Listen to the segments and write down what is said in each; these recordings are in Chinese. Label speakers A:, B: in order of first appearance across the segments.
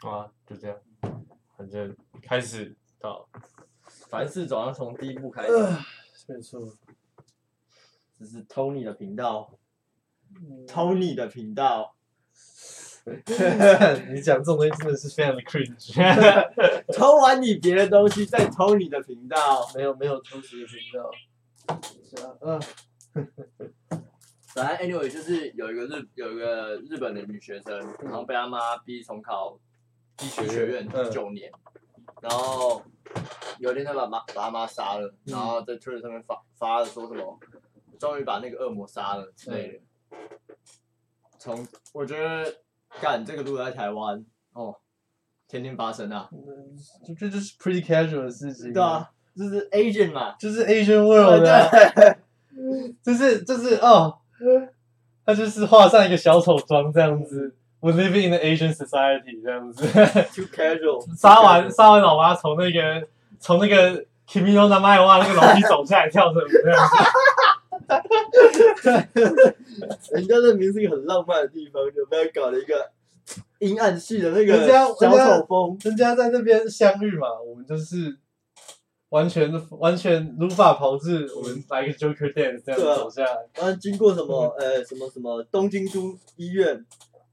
A: 啊，就这样，反正开始到
B: 凡事总要从第一步开始，
A: 没错，
B: 呃这是 Tony 的频道，Tony 嗯的频道
A: 你讲这种东西真的是非常的 cringe，
B: 偷完你别的东西再偷你的频道，
A: 没有没有充实的频道，是啊，嗯、
B: 嗯 反正 anyway 就是有一个日有一个日本的女学生，然后被她妈逼重考医学学院
A: 嗯
B: 九年，然后有一天她把妈把她妈杀了，然后在 Twitter 上面发发了说什么，终于把那个恶魔杀了之类的。嗯从我觉得干这个如果在台湾哦，天天发生啊，
A: 这这就是 pretty casual 的事情，
B: 对啊，就是 Asian 嘛，
A: 就是 Asian world 啊， 就是就是哦，他就是画上一个小丑妆这样子。我 living in the Asian society 这样子，
B: ，too casual，
A: 杀完杀完老妈从那个从那个 Kimi no n a m a i 哇那个楼梯走下来跳着舞这样子，
B: 人家的名是一个很浪漫的地方，有没有搞了一个阴暗系的那
A: 人家
B: 个小丑风？
A: 人家在那边相遇嘛，我们就是完全完全如法炮制，我们来一个 Joker dance 这样子走下来，
B: 然后经过什么呃什么什么东京都医院，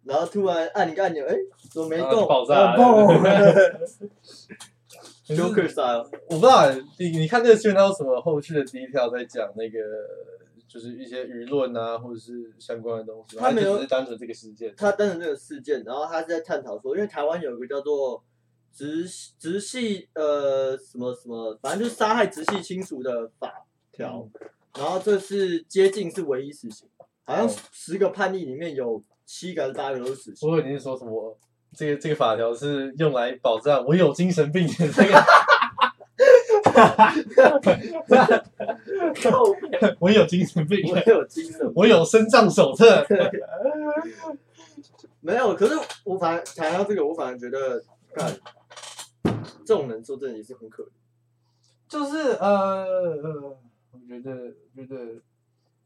B: 然后突然按一个按钮，哎，怎么没
A: 然后
B: 动？
A: 就啊爆炸了
B: 蹦
A: 就是
B: Joker style，
A: 我不知道你你看这个新闻，它有什么后续的 detail 在讲那个，就是一些舆论啊，或者是相关的东西吗，
B: 他没有
A: 还是只是单纯这个事件。
B: 他当成这个事件，然后他是在探讨说，因为台湾有一个叫做直直系呃什么什么，反正就是杀害直系亲属的法条，然后这是接近是唯一死刑，好像
A: 哦
B: 十个判例里面有七个还是八个都是死刑。
A: 所以你是说什么？这个这个法条是用来保障我有精神病的这个。 我有精神病，
B: 我有精神，
A: 我有身障手册。
B: 没有。可是我反而谈到这个，我反而觉得，看这种人说真的也是很可怜。
A: 就是呃，呃我觉得觉得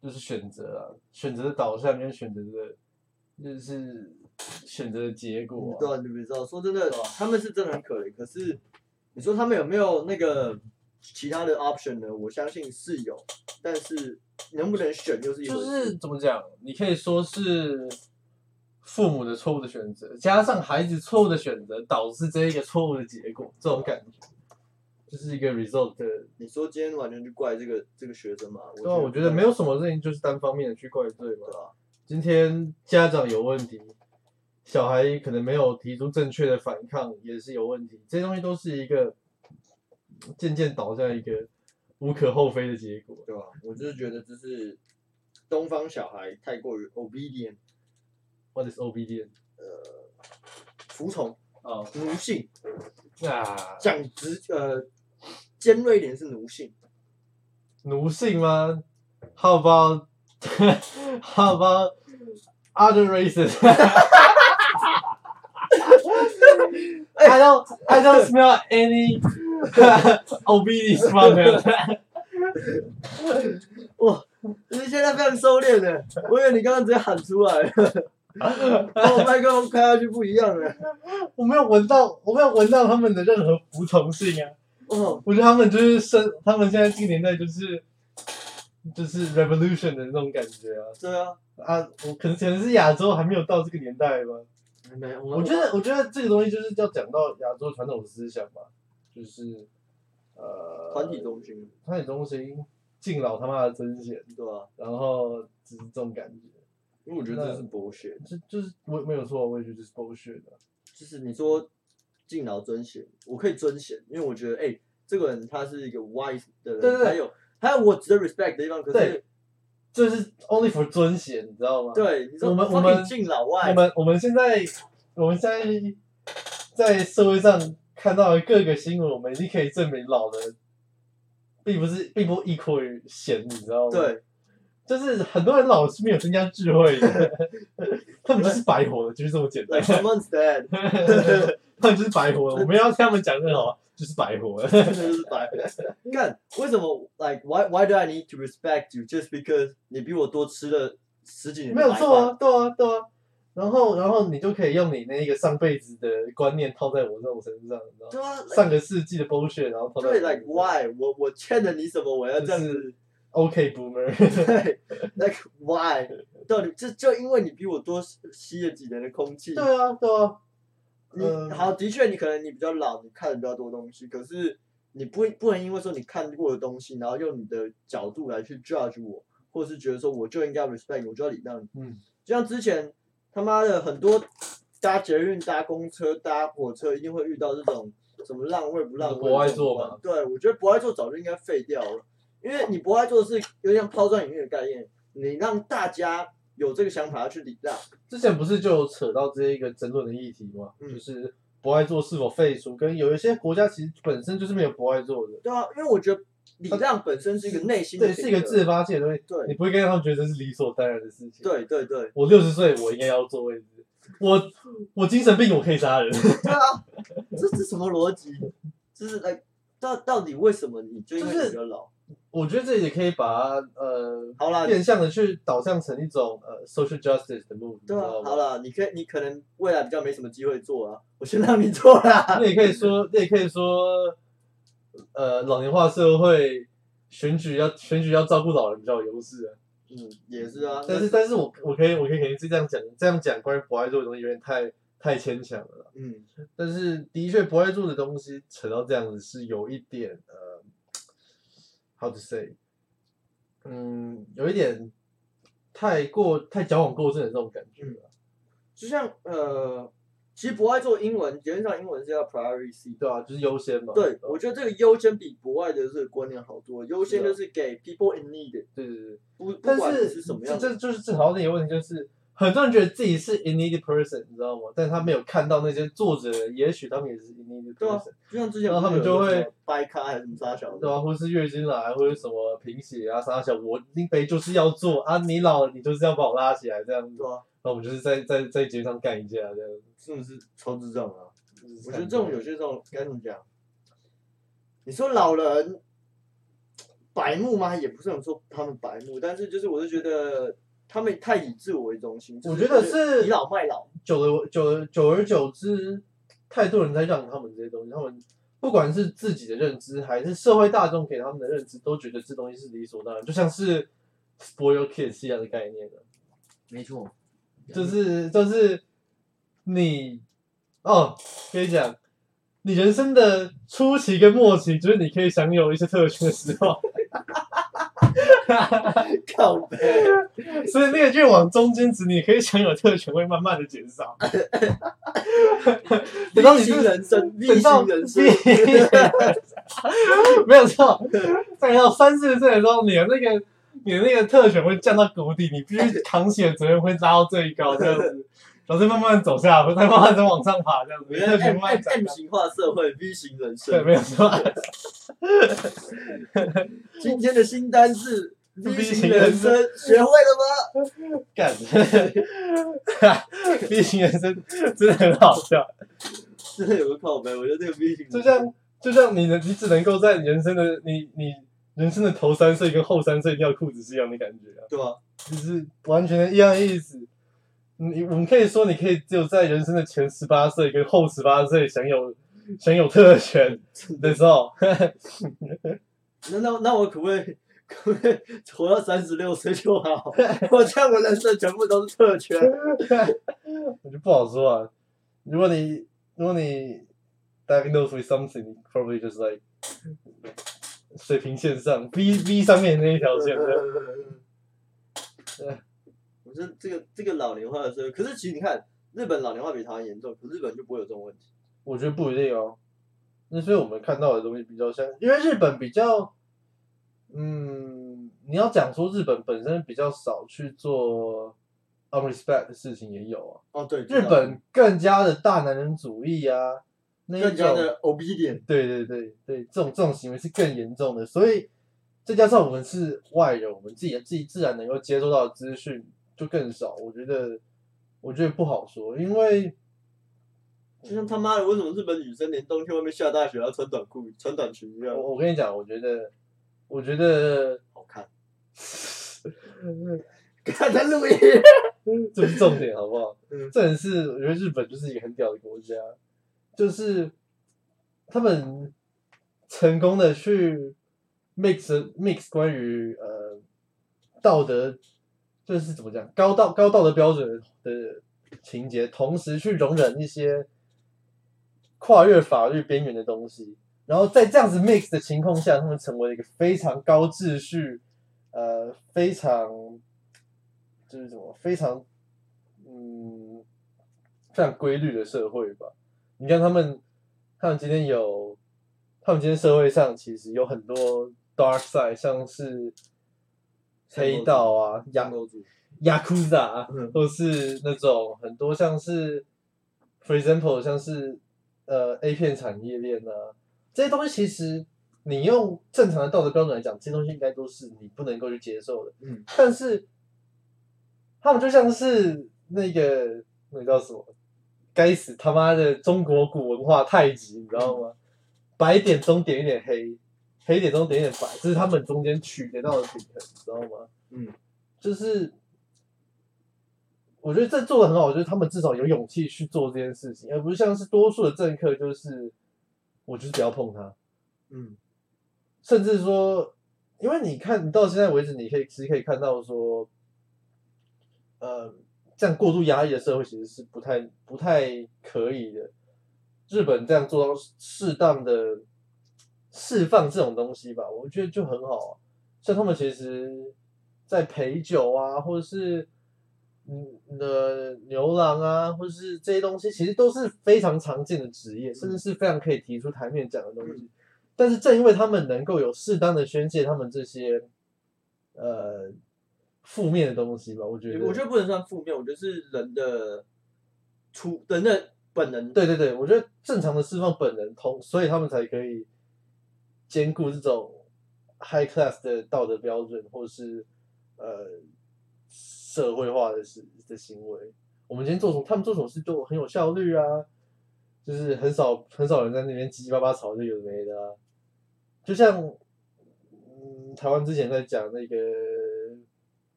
A: 就是选择啊，选择的导向跟选择的，就是选择的结果、
B: 对啊，你们知道，说真的，他们是真的很可怜。可是你说他们有没有那个其他的 option 呢？我相信是有，但是能不能选嗯又是一回
A: 就
B: 事。
A: 是怎么讲，你可以说是父母的错误的选择，加上孩子错误的选择，导致这一个错误的结果，这种感觉，就是一个 result 的。
B: 你说今天完全就怪这个这个学生嘛？
A: 对啊，我觉得没有什么事情就是单方面的去怪罪嘛
B: 对。啊，
A: 今天家长有问题，小孩可能没有提出正确的反抗，也是有问题。这些东西都是一个渐渐导向一个无可厚非的结果。
B: 对吧、啊我就是觉得这是东方小孩太过于 obedient，
A: What is obedient？
B: 服从、
A: 哦，
B: 奴性。
A: 那
B: 讲直呃尖锐一点是奴性，
A: 奴性吗？How about How about other races? I don't I don't smell any obedience from them.
B: 你现在非常收敛的，我以为你刚刚直接喊出来了，我麦克风开下去不一样了。
A: 我没有闻到，我没有闻到他们的任何服从性啊！
B: 哦，
A: 我觉得他们就是生，他们现在这个年代就是就是 revolution 的那种感觉啊
B: 对啊，
A: 啊！我可能可能是亚洲还没有到这个年代吧。
B: 没有，
A: 我觉得，我觉得这个东西就是要讲到亚洲传统思想吧，就是呃，
B: 团体中心，
A: 团体中心，敬老他妈的真贤，
B: 对啊，
A: 然后就是这种感觉，
B: 因为我觉得这是博学，
A: 就就是我没有错，我也觉得是 bullshit 的。
B: 就是你说敬老尊贤，我可以尊贤，因为我觉得哎、这个人他是一个 wise 的人，
A: 对对对
B: 还有还有我值得 respect 的地方，可是
A: 就是 only for 尊贤，你知道吗？
B: 对你说
A: 我们
B: fucking
A: 我们
B: 敬老
A: 我
B: wise，
A: 们我们现在我们现在在社会上看到的各个新闻，我们已经可以证明老人并不是并不 equal 于闲，你知道吗？，
B: 对，
A: 就是很多人老是没有增加智慧的， 他们就是白活的，就是这么简单
B: like。someone's dead，
A: 他们就是白活的，我们要跟他们讲任何就是白活的。
B: 真的是白人。干，为什么？Like why why do I need to respect you just because 你比我多吃了十几年？
A: 没有错啊，，对啊，对啊。然后然后你就可以用你那个上辈子的观念套在我这种身上，你知道吗？
B: 对啊，
A: 上个世纪的 bullshit，然后套在我
B: 对
A: 身上
B: ，like why？我我欠了你什么？我要这样子？嗯
A: OK boomer，
B: 对，like why？到底这就因为你比我多吸吸了几年的空气，
A: 对啊对啊，嗯
B: 你好，的确你可能你比较老，你看的比较多东西，可是你不不能因为说你看过的东西，然后用你的角度来去 judge 我，或是觉得说我就应该 respect，你我就要礼让你。
A: 嗯，
B: 就像之前他妈的很多搭捷运、搭公车、搭火车一定会遇到这种什么让位不让位的
A: 博爱座
B: 状况
A: 嘛。
B: 对，我觉得博爱座早就应该废掉了，因为你博爱座是有点像抛砖引玉的概念，你让大家有这个想法要去礼让。
A: 之前不是就有扯到这一个争论的议题嘛，
B: 嗯
A: 就是博爱座是否废除，跟有一些国家其实本身就是没有博爱座的，
B: 对啊，因为我觉得礼让本身是一个内心的
A: 对，
B: 品
A: 呃是一个
B: 格
A: 自发性的东西，
B: 对
A: 你不会跟他们觉得这是理所当然的事情。
B: 对对 对，
A: 我六十岁，我应该要坐位置。我我精神病，我可以杀人。
B: 对啊，这这什么逻辑？就是来到到底为什么你就因为
A: 就是
B: 你比较老？
A: 我觉得这也可以把它呃
B: 好啦，啊
A: 变相的去导向成一种呃 social justice 的 move，你知
B: 对啊
A: 道，
B: 好
A: 吗？
B: 啦，你可以你可能未来比较没什么机会做啊，我先让你做 啦。
A: 那也可以说，那也可以说，呃，老年化社会选举要选举要照顾老人比较有优势啊。
B: 嗯，也是啊，
A: 但是，但是我我可以，我可以肯定是这样讲，这样讲关于博爱座的东西有点太太牵强了啦。
B: 嗯，
A: 但是的确，博爱座的东西扯到这样子是有一点呃，how to say，嗯，有一点太过太矫枉过正的这种感觉
B: 嗯
A: 了，
B: 就像呃，其实博爱做英文，原则上英文是要 priority。
A: 对啊，就是优先嘛。
B: 对，我觉得这个优先比国外的这个观念好多，优先就是给 people in need，
A: 对对对。
B: 不不
A: 啊但
B: 管你
A: 是
B: 是什么
A: 这
B: 样的
A: 这就是正好那一个问题，就是很多人觉得自己是 in need person，你知道吗？但他没有看到那些作者，也许他们也是 in need
B: 对啊
A: person。
B: 就像之前
A: 然后他们就会
B: 掰咖还是什么傻小
A: 对
B: 的，
A: 啊，或是月经来，或者什么贫血啊、啥小，我林北就是要做啊，你老了你就是要把我拉起来这样子，
B: 对啊，
A: 那我们就是在在在街上干一架这样子。
B: 真的是超智障啊！
A: 就是
B: 我
A: 看
B: 觉得这种有些这种该怎么讲？你说老人白目吗？也不是很说他们白目，但是就是我是觉得他们太以自我为中心。就
A: 我觉得
B: 倚
A: 是
B: 老卖老，
A: 久了久了久而久之，太多人在让他们这些东西，他们不管是自己的认知，还是社会大众给他们的认知，都觉得这东西是理所当然，就像是 spoil your kids 一样的概念的。啊
B: 没错，
A: 就是就是你哦，可以讲，你人生的初期跟末期，就是你可以享有一些特权的时候，
B: 靠背。
A: 所以那个越往中间值，你可以享有特权会慢慢的减少。等到你
B: 逆
A: 这
B: 行
A: 个
B: 人生，逆
A: 等到
B: 行人生，
A: 没有错，再到三四十岁的时候，你的那个你的那个特权会降到谷底，你必须扛起的责任会拉到最高这样子，然后再慢慢走下，来，再慢慢再往上爬这样子，
B: 我
A: 你
B: 觉
A: 的特
B: 得
A: 权
B: M
A: 慢慢
B: M
A: 长
B: M
A: 大。
B: 型化社会，V 型人
A: 对，
B: 生。
A: 没有错。
B: 今天的新单字 V
A: V
B: 型
A: 型
B: 人
A: 人
B: 生
A: 生，
B: 学会了吗？
A: 干， 毕竟人生真的很好笑，
B: 真的有个靠背，我觉得这个 V 型人生
A: 就像就像你的，你只能够在人生的你你人生的头三岁跟后三岁尿裤子是一样的感觉啊，
B: 对吧？
A: 就是完全一样的意思。你我们可以说，你可以只有在人生的前十八岁跟后十八岁享有享有特权 的时候，
B: 那那那我可不可以 可不可以活到三十六岁就好？ 我这样我人生全部都是特 权。
A: 我就不好说啊。如果你如果你 diagnosed with something, probably just like 水平线上 B B 上面那一条线的，
B: 我觉得这个这个老龄化的社会，可是其实你看，日本老龄化比台湾严重，可日本就不会有这种问题。
A: 我觉得不一定哦。那所以我们看到的东西比较像，因为日本比较，嗯，你要讲说日本本身比较少去做 unrespect 的事情也有啊，
B: 哦，对，
A: 日本更加的大男人主义啊，那一种
B: 更加的 obedient，
A: 对对对对，这种这种行为是更严重的，所以再加上我们是外人，我们自己自己自然能够接收到的资讯就更少，我觉得我觉得不好说，因为
B: 就像他妈的，为什么日本女生连冬天外面下大雪要穿短裤、穿短裙一样？
A: 呃我我 跟你讲，我觉得我觉得
B: 好看，
C: 看在录 音，
A: 这不是重点，好不好？
C: 嗯
A: 这也是我觉得日本就是一个很屌的国家，就是他们成功的去 mix mix 关于呃道德，就是怎么讲高道高道德标准的情节，同时去容忍一些跨越法律边缘的东西。然后在这样子 mix 的情况下，他们成为了一个非常高秩序，呃，非常就是什么非常嗯非常规律的社会吧。你看他们，他们今天有，他们今天社会上其实有很多 dark side，像是黑道啊、亚
C: 楼主，
A: 雅库扎
C: 嗯，
A: 或是那种很多像是，for example，像是呃 A 片产业链啊，这些东西其实你用正常的道德标准来讲，这些东西应该都是你不能够去接受的。
C: 嗯，
A: 但是他们就像是那个那个叫什么，该死他妈的中国古文化太极，你知道
C: 嗯
A: 吗？白点中点一点黑，黑点中点一点白，这是他们中间取得到的平衡，你知道吗？
C: 嗯，
A: 就是我觉得这做的很好，就是他们至少有勇气去做这件事情，而不是像是多数的政客，就是我就是不要碰他，
C: 嗯
A: 甚至说，因为你看你到现在为止，你可以其实可以看到说，呃，这样过度压抑的社会其实是不太不太可以的。日本这样做到适当的释放这种东西吧，我觉得就很好啊。像他们其实，在陪酒啊，或者是嗯呃牛郎啊，或者是这些东西，其实都是非常常见的职业，甚至是非常可以提出台面讲的东西。但是正因为他们能够有适当的宣泄他们这些呃负面的东西吧，我觉得，
B: 我觉得不能算负面，我觉得是人的出人的本能。
A: 对对对，我觉得正常的释放本能通，所以他们才可以兼顾这种 high class 的道德标准，或是呃社会化的事的行为。我们今天做什么，他们做什么事都很有效率啊，就是很少很少人在那边叽叽巴巴吵就有的没的啊。就像嗯，台湾之前在讲那个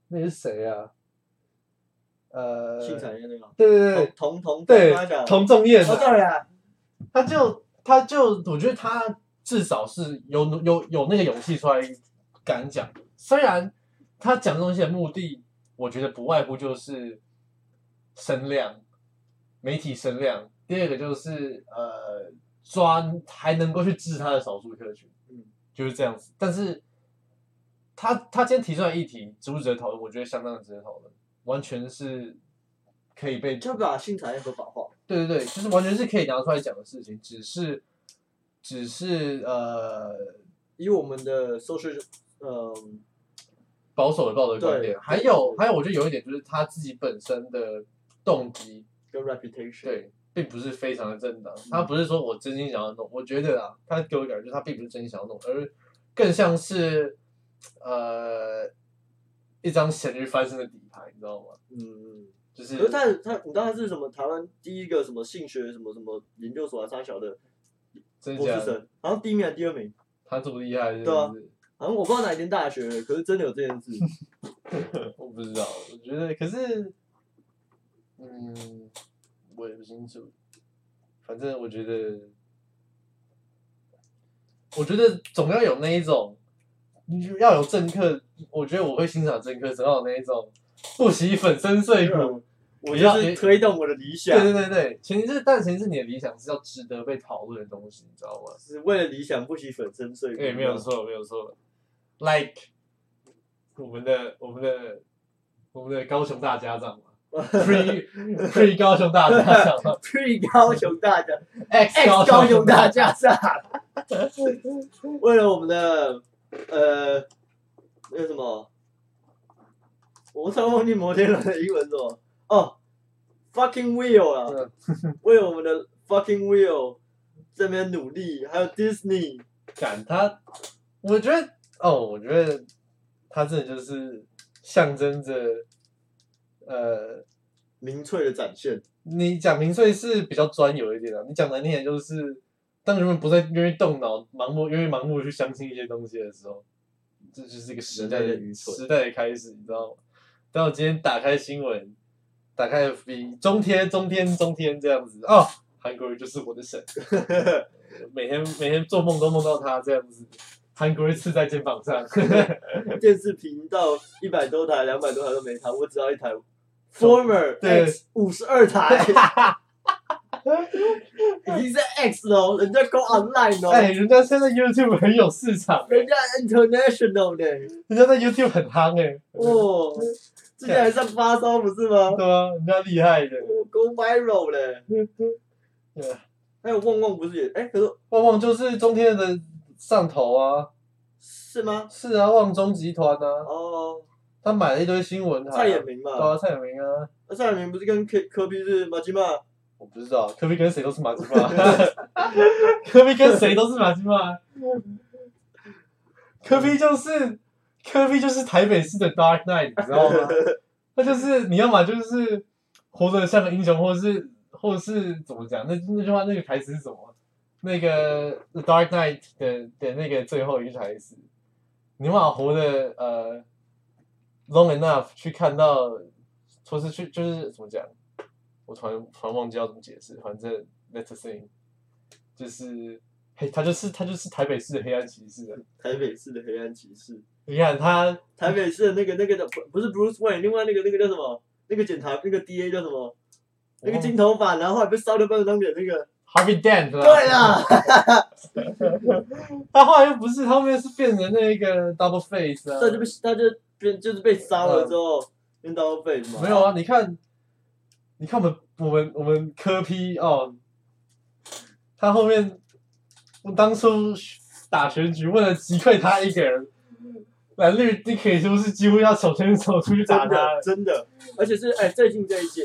A: 那个是谁啊？呃，
B: 性产业那个
A: 对对对
B: 同同
A: 对
B: 他讲，，
A: 童仲彦啊
B: 哦对啊，
A: 他就他就我觉得他至少是有有有那个勇气出来敢讲，虽然他讲这东西的目的，我觉得不外乎就是声量、媒体声量，第二个就是呃抓还能够去治他的少数客群，
C: 嗯，
A: 就是这样子。但是他他今天提出来的议题，值不值得讨论？我觉得相当的值得讨论，完全是可以被
B: 就把性产业合法化。
A: 对对对，就是完全是可以拿出来讲的事情，只是，只是呃
B: 以我们的 social，嗯、
A: 保守的道德观点，
B: 对
A: 还有还有，我觉得有一点就是他自己本身的动机，
B: 跟 reputation，，
A: 对，并不是非常的正当。
B: 嗯
A: 他不是说我真心想要弄，我觉得啊，他给我感觉他并不是真心想要弄，而更像是呃一张咸鱼翻身的底牌，你知道吗？
B: 嗯，
A: 就是
B: 可是他他，你知道他是什么？台湾第一个什么性学什么什么研究所啊，啥小的
A: 真
B: 博
A: 假
B: 士，生，好像第一名还是第二名，
A: 他这么厉害，是
B: 对啊
A: 不是？
B: 好像我不知道哪一间大学，可是真的有这件 事。
A: 我不知道，我觉得可是，嗯，我也不清楚。反正我觉得，我觉得总要有那一种，你就要有政客。我觉得我会欣赏政客，总要有那一种不惜粉身碎
B: 啊
A: 骨。
B: 我
A: 哎你要
B: 就是推动我的理想
A: 对，对对对，前提是，但前提是你的理想是要值得被讨论的东西，你知道吗？
B: 是为了理想不惜粉身碎骨。
A: 对，没有错，没有错。Like 我们的我们的我们的高雄大家长嘛，pre pre 高雄大家长嘛
B: pre 高雄大家
A: ，X
B: ，X 高
A: 高
B: 雄
A: 雄
B: 大
A: 大
B: 家 长，为了我们的呃那个什么，我突然忘记摩天轮的英文是什么哦，fucking wheel 啊，为了我们的 fucking wheel 这边努力，还有 Disney，
A: 敢他，我觉得哦，我觉得他真的就是象征着，呃，
B: 民粹的展现，
A: 你讲民粹是比较专有一点啊的、你讲难听点就是，当人们不再愿意动脑、盲目、愿意盲目地去相信一些东西的时候，这就是一个时代
C: 人类
A: 的
C: 的愚蠢
A: 时代的开始，你知道吗？但我今天打开新闻，打开 FB，中天中天中天这样子哦，韩国人就是我的神， 每天每天做梦都梦到他这样子，韩国人刺在肩膀上，
B: 电视频道一百多台、两百多台都没他，我只要一台。Former
A: 对
B: 五十二 台已经是 X 了哦，人家 Go Online 哦，
A: 哎，人家现在 YouTube 很有市场、
B: 人
A: 哎，
B: 家 International 呢、
A: 人家在 YouTube 很夯哎、
B: 哦，之前还上发烧不是吗？
A: 对啊，人家厉害的。
B: 哦，Go Viral 嘞，
A: 对啊
B: 还有旺旺不是也？哎、可是
A: 旺旺就是中天的上头啊，
B: 是吗？
A: 是啊，旺中集团啊，
B: 哦，
A: 他买了一堆新闻台、啊，
B: 蔡衍明
A: 对
B: 嘛，
A: 啊，蔡衍明啊，
B: 那蔡衍明不是跟科科比是马吉嘛？
A: 我不知道，科比跟谁都是马吉巴，科比跟谁都是马吉巴，科比就是科比就是台北市的 Dark Knight，你知道吗？他就是你要么就是活得像个英雄，或者是或者是怎么讲？那那句话那个台词是什么？那个 The Dark Knight 的的那个最后一个台词，你要么活得呃 long enough 去看到，说是去就是怎么讲？我突然突然忘记要怎么解释，反正 That's the thing，就是嘿，他就是他就是台北市的黑暗骑士啊。
B: 台北市的黑暗骑士，
A: 你看他
B: 台北市的那个那个的不不是 Bruce Wayne，另外那个那个叫什么？那个检察那个 DA 叫什么？那个金头发，然后后来被烧掉半张脸那个。
A: Harvey Dent 啊
B: 对啦，
A: 他后来又不是，他后面是变成那个 Double Face 啊。嗯
B: 他就被他就变就是被杀了之后，用刀背嘛。
A: 没有啊，你看，你看我们我们我们科批哦，他后面我当初打选举为了击溃他一个人，蓝绿你可以说是几乎要手牵手出去打
B: 真
A: 他
B: 的。真的，而且是哎最近这一届，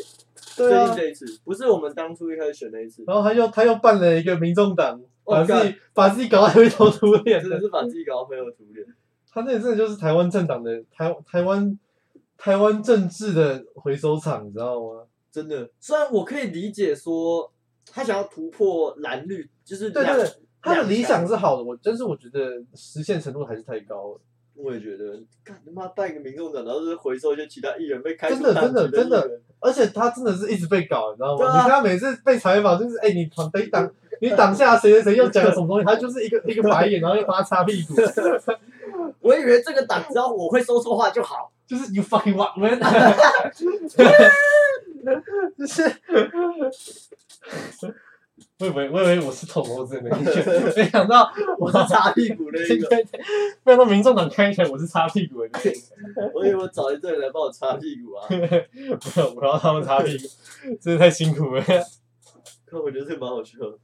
A: 对
B: 最
A: 啊
B: 近，这一次不是我们当初一开始选那一次，
A: 然后他又他又办了一个民众党，把
B: Oh
A: 自己、把自己搞得灰头土脸
B: 真
A: 的
B: 的。是把自己搞到灰头土脸。
A: 他那真的就是台湾政党的台台湾台湾政治的回收厂，你知道吗？
B: 真的，虽然我可以理解说他想要突破蓝绿，就是
A: 对
B: 两
A: 对对，他的理想是好的，我但是我觉得实现程度还是太高了。
B: 我也觉得，干他妈带个民众党，然后就是回收一些其他议员被开除
A: 真的
B: 党籍
A: 真的真的
B: 议员，
A: 而且他真的是一直被搞，你知道吗？
B: 对啊
A: 你看他每次被采访，就是哎、你党你党你党下谁谁谁又讲了什么东西，他就是一个一个白眼，然后又帮他擦 屁股，
B: 我以为这个党只要我会说错话就好，
A: 就是 you fucking what man，就是。我以为我以为我是捅娄子的那一个， 没想到
B: 我是擦屁股的 一个，
A: 没想到民众党开起来我是擦屁股的那一个。
B: 我以为我找一堆人来帮我擦屁股啊，
A: 没有，我要他们擦屁股，真的太辛苦了。
B: 可我觉得这蛮好笑的。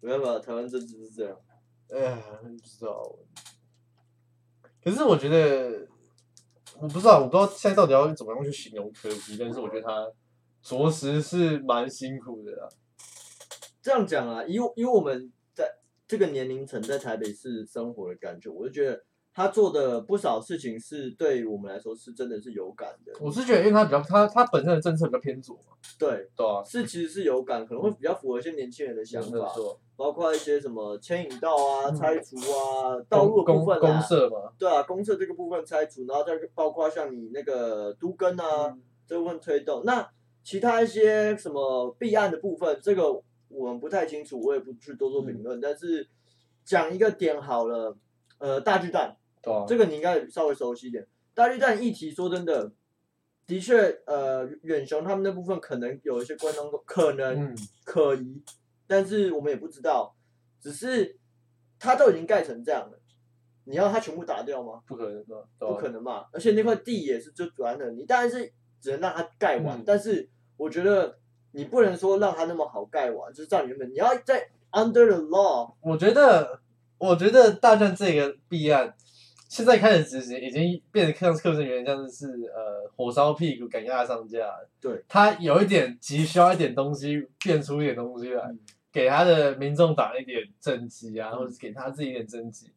B: 没办法，台湾政治是这样，
A: 哎，不知道。可是我觉得，我不知道，我不知道现在到底要怎么样去形容科比，但是我觉得他着实是蛮辛苦的啦。
B: 这样讲啊，以我以我们在这个年龄层在台北市生活的感觉，我就觉得他做的不少事情是对我们来说是真的是有感的，
A: 我是觉得，因为他比较他他本身的政策比较偏左嘛，
B: 对，
A: 对啊，
B: 是其实是有感，可能会比较符合一些年轻人的想
A: 想
B: 法，
A: 说
B: 包括一些什么牵引道啊、
A: 嗯
B: 拆除啊、道路的
A: 公
B: 部分
A: 公
B: 啊，
A: 公社嘛，
B: 对啊，公社这个部分拆除，然后再包括像你那个都根啊、
A: 嗯
B: 这部分推动，那其他一些什么弊案的部分，这个我们不太清楚，我也不去多做评
A: 嗯
B: 论，但是讲一个点好了，呃，大巨蛋。
A: 对啊，
B: 这个你应该稍微熟悉一点。大绿蛋议题，说真的，的确，呃，远雄他们那部分可能有一些官方可能
A: 嗯，
B: 可疑，但是我们也不知道，只是他都已经盖成这样了，你要他全部打掉吗？
A: 不可能的，对啊
B: 不可能嘛！而且那块地也是就转了，你当然是只能让它盖完，
A: 嗯
B: 但是我觉得你不能说让它那么好盖完，就是照你原本，你要在 under the law，
A: 我觉得，我觉得大战这个弊案，现在开始执行，已经变得像是课程员，像是呃火烧屁股赶鸭上架。
B: 对，
A: 他有一点急需要一点东西，变出一点东西来，
B: 嗯
A: 给他的民众党一点政绩啊，
B: 嗯
A: 或者给他自己一点政绩。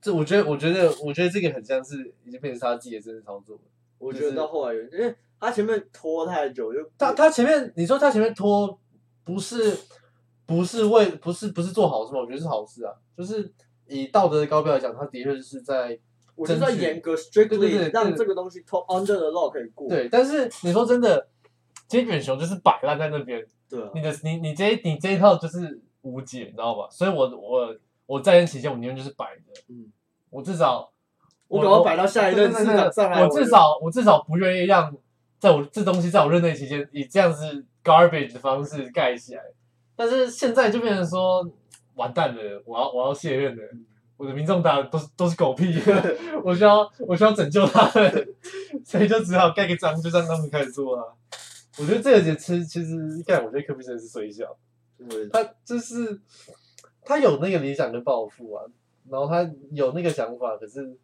A: 这我觉得，我觉得，我觉得这个很像是已经变成他自己的政治操作了。
B: 我
A: 就
B: 觉得
A: 是
B: 到后来有，因为他前面拖太久，就
A: 他他前面你说他前面拖不是不是为不是不是做好事吗？我觉得是好事啊，就是以道德的高标来讲，他的确是在
B: 我就是要
A: 争取
B: 严格
A: 对对
B: strictly
A: 对
B: 让这个东西 top under the law 可以过。
A: 对，但是你说真的，金远雄就是摆烂在那边，
B: 对啊
A: 你的你你这一你这一套就是无解，你知道吧？所以我我我在任期间，我宁愿就是摆着，
B: 嗯
A: 我至少
B: 我赶快摆到下一任市长上来，
A: 我至少我至少不愿意让在我这东西在我任内期间以这样子 garbage 的方式盖起来。但是现在就变成说，完蛋了，我要我要卸任了，
B: 嗯
A: 我的民众党都是都是狗屁，我需要我需要拯救他们，所以就只好盖个章，就让他们开始做啊。我觉得这个也其实其实，看我觉得科比真的是水饺。
B: 我也
A: 他就是他有那个理想跟抱负啊，然后他有那个想法，可是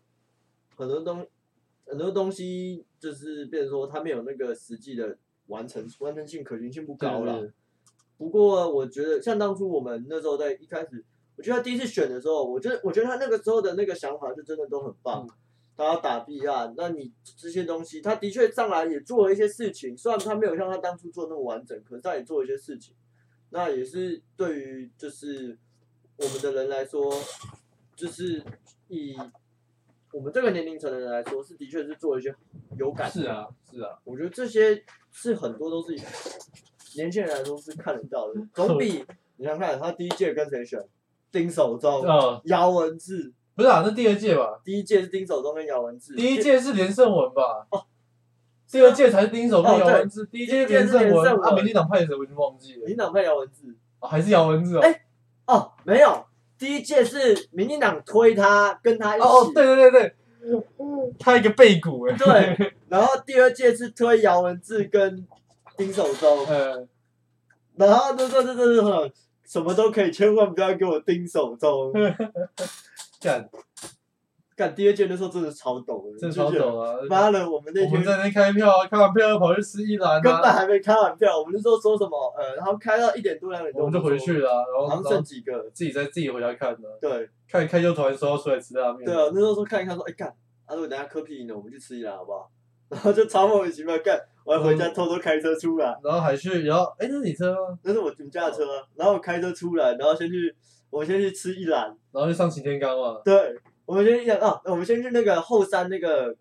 B: 很多东很多东西就是变成说他没有那个实际的完成完成性可行性不高了。
A: 对
B: 不过我觉得像当初我们那时候在一开始，我觉得他第一次选的时候，我觉得我觉得他那个时候的那个想法就真的都很棒
A: 嗯。
B: 他要打避啊，那你这些东西，他的确上来也做了一些事情，虽然他没有像他当初做那么完整，可是他也做了一些事情。那也是对于就是我们的人来说，就是以我们这个年龄层的人来说，是的确是做了一些有感
A: 是啊是啊，
B: 我觉得这些是很多都是年轻人来说是看得到的，总 比你想想看他第一届跟谁选，丁守中、
A: 呃，
B: 姚文智，
A: 不是啊，那第二届吧，
B: 第一届是丁守中跟姚文智，
A: 第一届是连胜文吧，第二届才是丁守跟
B: 哦
A: 姚
B: 对
A: 文志，第一届是连
B: 第一届是连胜
A: 文，
B: 文
A: 啊，民进党派谁我已经忘记了，
B: 民党派姚文智，
A: 啊还是姚文志哦
B: 哎，哦，没有，第一届是民进党推他跟他一
A: 哦
B: 起，
A: 哦，对对对对，
B: 嗯
A: 他一个背骨哎，
B: 对然后第二届是推姚文智跟丁守中，
A: 呃，
B: 然后这这这这这什么都可以，千万不要给我丁守中。
A: 干，
B: 干第二届那时候真的超抖的，
A: 这
B: 你
A: 超
B: 就觉得
A: 走啊，
B: 妈的，我们那
A: 我们
B: 天
A: 在那边开票啊，开完票又跑去吃一兰
B: 根本
A: 啊，
B: 还没开完票，我们那时候说什么？呃，然后开到一点多两点
A: 我
B: 多，
A: 们就回去，了啊，
B: 好
A: 然后
B: 像
A: 然后
B: 剩几个，
A: 自己在自己回家看的。
B: 对
A: 看看又突然说要出来吃拉面，
B: 对啊，那时候说看一看说，哎干，啊如果等下科比赢了，我们去吃一兰好不好？ 然后就超莫名其妙干，我还回家偷偷开车出来，
A: 然后还去，然后哎、那是你车吗？
B: 那是我们家的车啊，然后我开车出来，然后先去，我先去吃一兰，
A: 然后就上擎天岗嘛，
B: 对，我们先去啊，我们先去那个后山那个，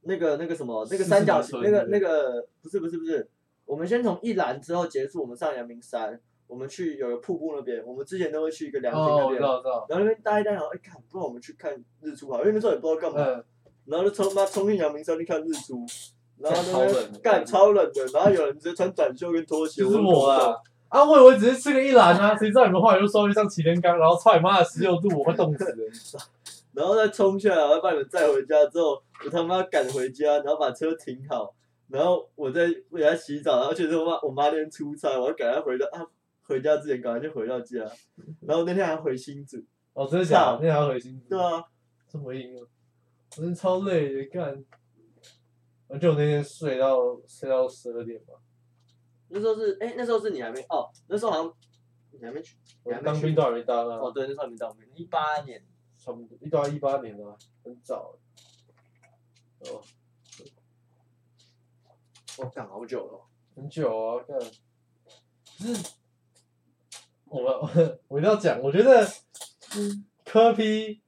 B: 那个那个什么，那个三角形，
A: 四
B: 那
A: 十
B: 个
A: 八寸
B: 那个不是不是不是，我们先从一兰之后结束，我们上阳明山，我们去有个瀑布那边，我们之前都会去一个凉亭
A: 哦，
B: 那
A: 我
B: 边
A: 知，道，我知道，
B: 然后那边待一待，然后哎看，不然我们去看日出好了，因为那时候也不知道干嘛，
A: 嗯，
B: 然后就冲妈冲进阳明山去看日出，然后
C: 超冷
B: 那
C: 的
B: 边干超冷的，然后有人直接穿短袖跟拖鞋，
A: 就是
B: 就
A: 我
B: 搞不懂
A: 啊，啊，我以为只是吃个一篮啊，谁知道你们后来就说去上擎天岗，然后操你妈的十六度，我快冻死了，
B: 然后再冲下来，我要把你们载回家之后，我他妈赶回家，然后把车停好，然后我再回家洗澡，然后其实我妈我妈那天出差，我要赶快回到啊，回家之前赶快就回到家，然后那天还回新竹，
A: 哦，真的假的？那还要回新竹
B: 对，啊，
A: 这么硬啊，我真的超累的，干，而且我那天睡到睡到十二点吧，
B: 那时候是哎、那时候是你还没哦，那时候好像你还没去
A: 我当兵都还没当啊
B: 哦，，对，那时候还没到兵，一八年，
A: 差不多一到一八年啊，很早，哦，
B: 我、哦、干好久了哦，
A: 很久啊，看，可是我们我一定要讲，我觉得科批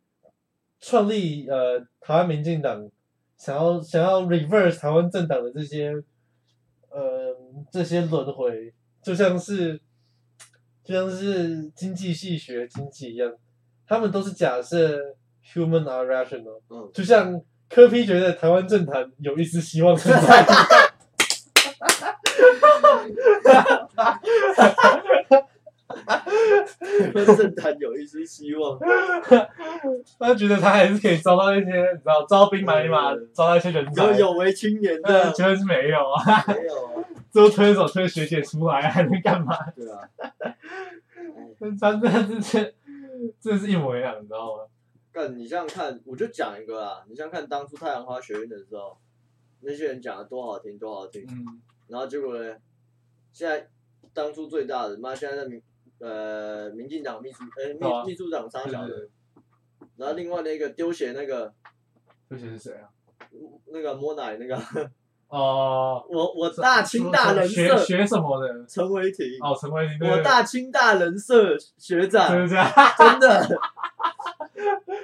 A: 创立呃台湾民进党，想要想要 reverse 台湾政党的这些呃这些轮回，就像是就像是经济系学经济一样，他们都是假设 human are rational，
B: 嗯，
A: 就像科批觉得台湾政坛有一丝希望存在。
B: 政坛有一丝希望，
A: 他觉得他还是可以招到一些，你知道，招兵买马
B: 嗯，
A: 招到一些人才
B: 有。有为青年
A: 那
B: 的，
A: 绝对是没有啊！
B: 没有啊，
A: 最后推手推学姐出来，还能干嘛？
B: 对啊，
A: 他这这这是一模一样，你知道吗？
B: 干，你想想看，我就讲一个啊，你想想看当初太阳花学院的时候，那些人讲的多好听多好听，
A: 嗯，
B: 然后结果呢，现在当初最大的妈现在在民呃民进党秘书呃
A: 对啊
B: 秘秘书长沙
A: 对
B: 小
A: 对
B: 的，
A: 对，
B: 然后另外那个丢鞋那个
A: 这些是谁啊？
B: 那个摸奶那 个，
A: 哦，
B: 我我大清大人
A: 学
B: 社
A: 学什么的？
B: 陈伟霆，
A: 哦，陈伟霆，对
B: 我大清大人社学
A: 对
B: 长，
A: 对对，
B: 真的，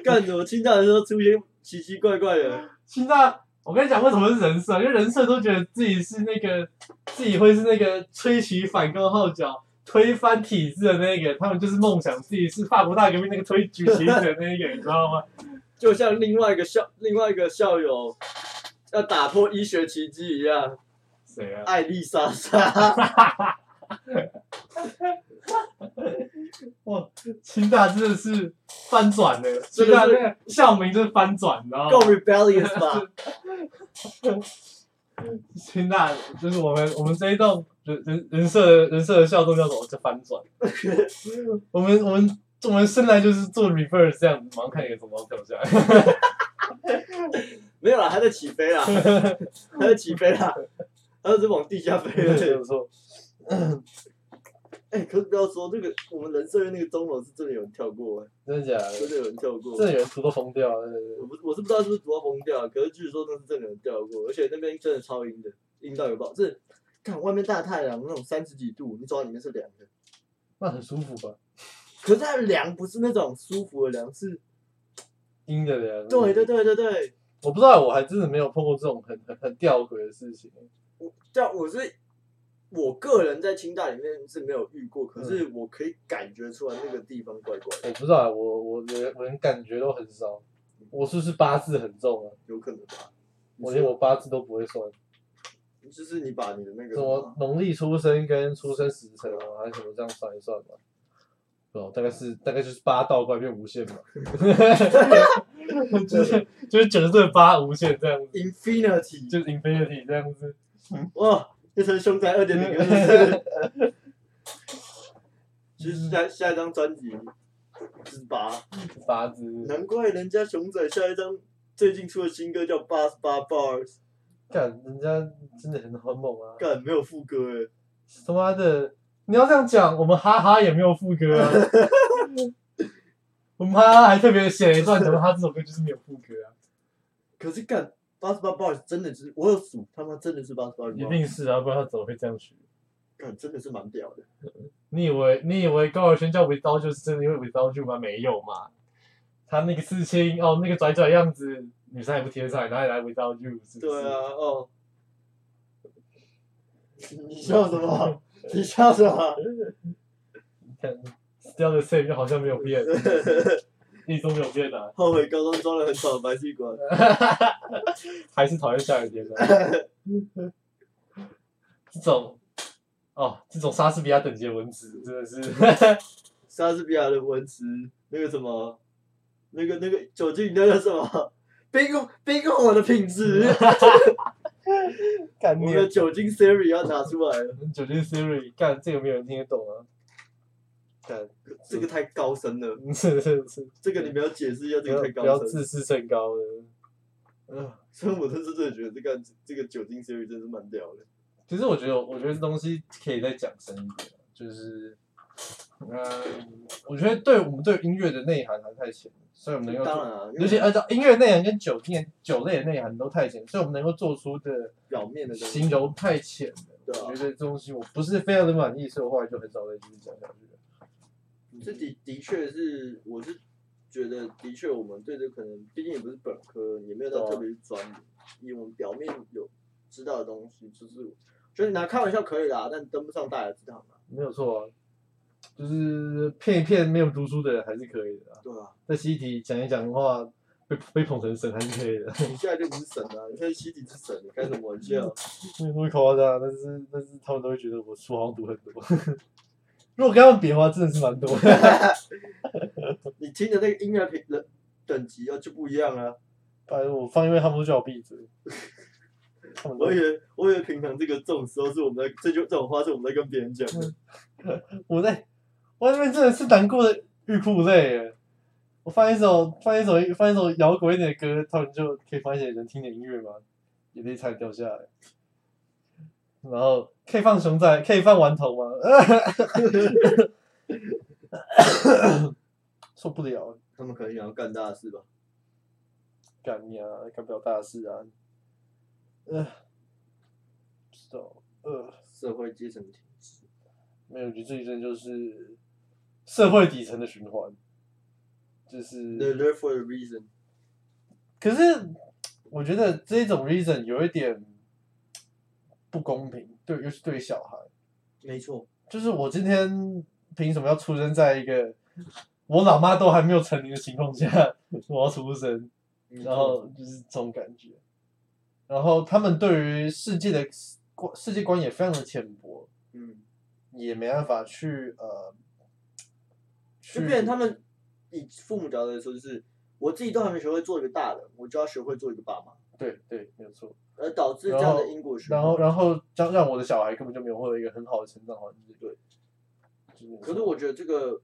B: 干什么清大人社出现奇奇怪怪的。
A: 其实那我跟你讲，为什么是人设？因为人设都觉得自己是那个，自己会是那个吹起反攻号角、推翻体制的那个，他们就是梦想自己是法国大革命那个推举旗子的那个，你知道吗？
B: 就像另外一个校另外一个校友要打破医学奇迹一样，
A: 谁啊？
B: 艾丽莎莎
A: 哇，清大真的是翻转的，
B: 这
A: 清
B: 个
A: 大
B: 是
A: 那个校名就是翻转，你知道
B: 够
A: 吗？
B: rebellious 吧？
A: 清大就是我们我们这一栋人人人设人设的校栋叫什么？叫翻 转。我们我们我们生来就是做 reverse 这样子，马上看一个从高 跳下来。
B: 没有啦，还在起飞啦，还在起飞啦，还是往地下飞了。
A: 没错，
B: 哎、可是不要说这个，我们人设院那个钟楼是真的有人跳过、哎，
A: 真的假
B: 真
A: 的？
B: 的有人跳过。
A: 真的有人图都疯掉了，
B: 我不我是不知道是不是读到疯掉，可是据说那是真的有人掉过，而且那边真的超阴的，阴到有爆。这看外面大太阳那种三十几度，你走到里面是凉的，
A: 那很舒服吧？
B: 可是它的凉不是那种舒服的凉，是
A: 阴的人。
B: 对对，对对对，
A: 我不知道，我还真的没有碰过这种很很很吊诡的事情。嗯
B: 叫我是我个人在清大里面是没有遇过，可是我可以感觉出来那个地方怪怪的，
A: 我不知道，啊我我连我连感觉都很少。我是不是八字很重啊？
B: 有可能吧？
A: 我连我八字都不会算，
B: 就是你把你的那个
A: 什么农历出生跟出生时辰啊，还是什么这样算一算嘛？哦，大概是大概就是八道怪变无限嘛，就是就是九十对八无限这样子，
B: infinity，
A: 就是 infinity 这样子。
B: 哇，变成凶宅二点零了。 其实下下一张专辑是八，
A: 八字，
B: 难怪人家熊仔下一张最近出的新歌叫《八十八 bars》，
A: 干人家真的很很猛啊！
B: 干没有副歌哎，
A: 他妈的，你要这样讲，我们哈哈也没有副歌 啊。我们哈哈还特别写了一段，讲到他这首歌就是没有副歌啊，
B: 可是干八十八 bars 真的是我有数，他妈真的是八十八
A: 一
B: bars，
A: 定是啊，不然他怎么会这样学？
B: 干真的是蛮屌的。
A: 你以为你以为高尔宣叫 without 就是真的因为 without you 吗？没有嘛，他那个刺青哦，那个拽拽样子，女生还不贴上，哪里来 without you？是不是
B: 对啊，，哦，你笑什么？你笑什么？
A: 你看 still the same 就好像没有 变，一直都没有变啊，
B: 后悔高中装的很爽的白气管。
A: 还是讨厌下雨天的。这种哦，这种莎士比亚等级的文字真的是
B: 莎士比亚的文词，那个什么，那个那个酒精那个什么，冰控冰控我的品质，
A: 干啊
B: 我的酒精 Siri 要拿出来了，
A: 酒精 Siri 干这个没有人听得懂啊， 干
B: 这个太高深了，
A: 是是是。
B: 这个你们要解释一下，
A: 不
B: 这个
A: 要
B: 太
A: 不要
B: 高深。
A: 自视甚高的，嗯，
B: 所以我真是真的觉得这个这个酒精 Siri 真是蛮屌的。
A: 其实我觉得，我觉得这东西可以再讲深一点，啊就是，嗯，我觉得对我们对音乐的内涵还太浅，所以我们能够
B: 当
A: 做，
B: 然啊，因
A: 尤其
B: 为
A: 按照音乐内涵跟酒店酒类的内涵都太浅，所以我们能够做出的
B: 表面的东西
A: 形，容太浅了。
B: 对
A: 我
B: 啊
A: 觉，得这东西我不是非常的满意，所以我后来就很少再继续讲下去了。
B: 这的的确是，我是觉得的确我们对这可能，毕竟也不是本科，也没有到
A: 对啊
B: 特别专业，以我们表面有知道的东西，就是就是拿开玩笑可以啦，但登不上大雅之堂啊，
A: 没有错啊，就是骗一骗没有读书的人还是可以的啊，
B: 对啊，
A: 在习题讲一讲的话，被被捧成神还是可以的。
B: 你现在就不是神啊，你现在西底是神，你开什么玩笑？
A: 没有那么夸张，啊但是但是他们都会觉得我书好像读很多。 如果跟他们比的话，真的是蛮多的。
B: 你听的那个音乐品的等级啊就不一样啊，
A: 反正我放音乐，他们都叫我闭嘴。他们都
B: 我以为我以为平常这个这种时候是我们在这就这种话是我们在跟别人讲的，
A: 嗯我在我在那边真的是难过的欲哭无泪耶。我放一首放一首放一首摇滚一点的歌，他们就可以放一些能听点音乐嘛，眼泪差点掉下来。然后可以放熊仔，可以放顽童吗？ 受不了。
B: 他们可能想要干大事吧。
A: 干你啊，干不了大事啊。呃，不知道，呃，
B: 社会阶层体制，
A: 没有，我觉得这一阵就是社会底层的循环，就是
B: they're there for a reason。
A: 可是我觉得这种 reason 有一点不公平，对，尤其对小孩。
B: 没错，
A: 就是我今天凭什么要出生在一个我老妈都还没有成年的情况下，我要出生？然后就是这种感觉。然后他们对于世界的观世界观也非常的浅薄，
B: 嗯，
A: 也没办法去呃，
B: 就
A: 去
B: 变成他们以父母角度来说，就是我自己都还没学会做一个大人，我就要学会做一个爸妈，
A: 对对，没有错。
B: 而导致这样
A: 然后
B: 的因果循环。
A: 然后然后让让我的小孩根本就没有获得一个很好的成长环境。
B: 对
A: 就是，
B: 可是我觉得这个，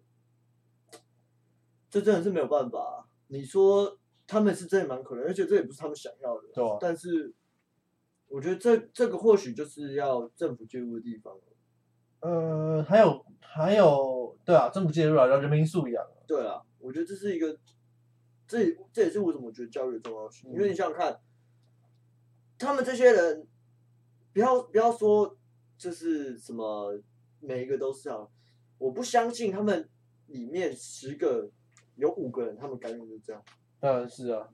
B: 这真的是没有办法啊、你说他们是真的蛮可怜，而且这也不是他们想要的。
A: 对啊
B: 但是，我觉得这这个或许就是要政府介入的地方。
A: 呃，还有还有，对啊，政府介入啊，然后人民素养啊，
B: 对啊，我觉得这是一个，这也这也是为什么我觉得教育的重要性，因为你想想看，他们这些人，不要不要说就是什么每一个都是啊，我不相信他们里面十个有五个人他们甘愿就这样，
A: 当然是啊。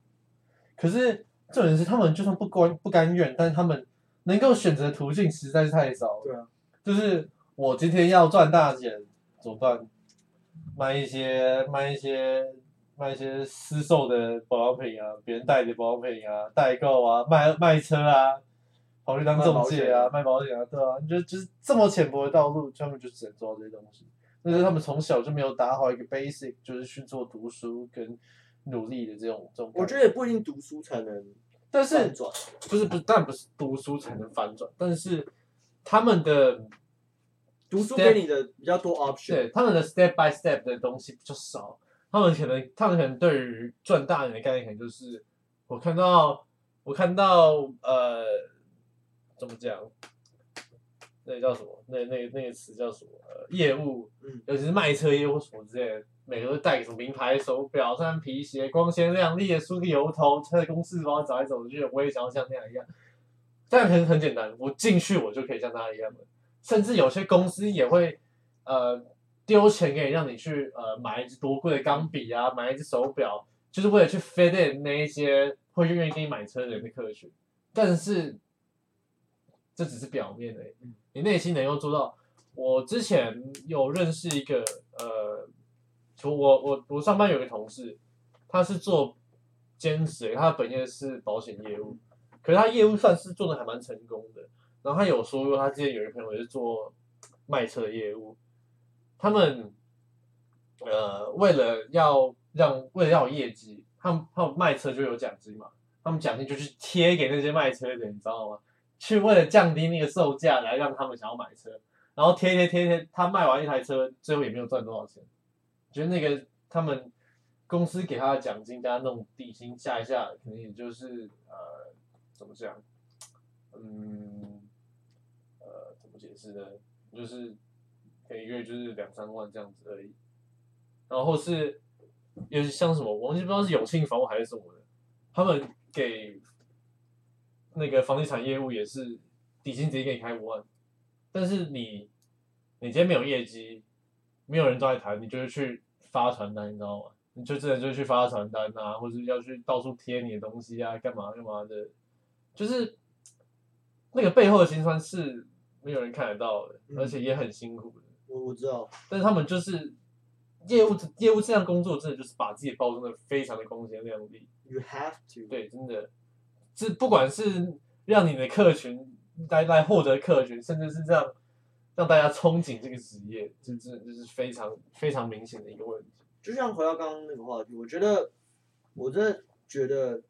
A: 可是这点是他们就算不甘不甘愿，但是他们能够选择的途径实在是太少了。
B: 对啊，
A: 就是我今天要赚大钱，怎么办？卖一些卖一些卖一些私售的保养品啊，别人代理的保养品啊，代购啊，卖卖车啊，跑去当中介啊，卖保险啊，对啊，就就是这么浅薄的道路，他们就只能做到这些东西。但是他们从小就没有打好一个 basic，就是去做读书跟努力的这种这种感。
B: 我觉得也不一定读书才能
A: 但
B: 反
A: 是
B: 转，
A: 不是不是，但不是读书才能翻转，但是他们的
B: 读书给你的比较多 option，
A: 对他们的 step by step 的东西比较少，他们可能他们可能对于赚大人的概念，可能就是我看到我看到呃怎么讲，那个叫什么？那那那个词叫什么？呃，业务，
B: 嗯，
A: 尤其是卖车业务什么之类的，每个都带什么名牌手表、穿皮鞋，光鲜亮丽的梳个油头，穿着公司包走来走去，我也想要像那样一样。但很很简单，我进去我就可以像他一样了。甚至有些公司也会呃丢钱给你，让你去呃买一支多贵的钢笔啊，买一只手表，就是为了去 fit in 那一些会愿意给你买车的人的客群。但是这只是表面的、你内心能够做到。我之前有认识一个呃，就我我我上班有个同事，他是做兼职的，他本业是保险业务，可是他业务算是做的还蛮成功的。然后他有说过，他之前有一个朋友也是做卖车的业务，他们呃为了要让为了要有业绩，他们他们卖车就有奖金嘛，他们奖金就去贴给那些卖车的人，你知道吗？去为了降低那个售价来让他们想要买车，然后贴贴贴贴，他卖完一台车，最后也没有赚多少钱。觉得那个他们公司给他的奖金加那种底薪下一下，可能也就是呃怎么讲，嗯呃怎么解释呢？就是每个月就是两三万这样子而已。然后是也是像什么，我忘记不知道是永庆房屋还是什么的，他们给那个房地产业务也是底薪直接给你开五万，但是你你今天没有业绩，没有人都在谈，你就是去发传单，你知道吗？你就真的就是去发传单啊，或者要去到处贴你的东西啊，干嘛干嘛的，就是那个背后的辛酸是没有人看得到的，
B: 嗯
A: 而且也很辛苦的。
B: 我我知道，
A: 但是他们就是业务业务这项工作，真的就是把自己包装的非常的光鲜亮丽。
B: you have to，
A: 对，真的，这不管是让你的客群来来获得客群，甚至是让让大家憧憬这个职业，这这这是非常非常明显的一个问题。
B: 就像回到刚刚那个话题，我觉得，我真的觉得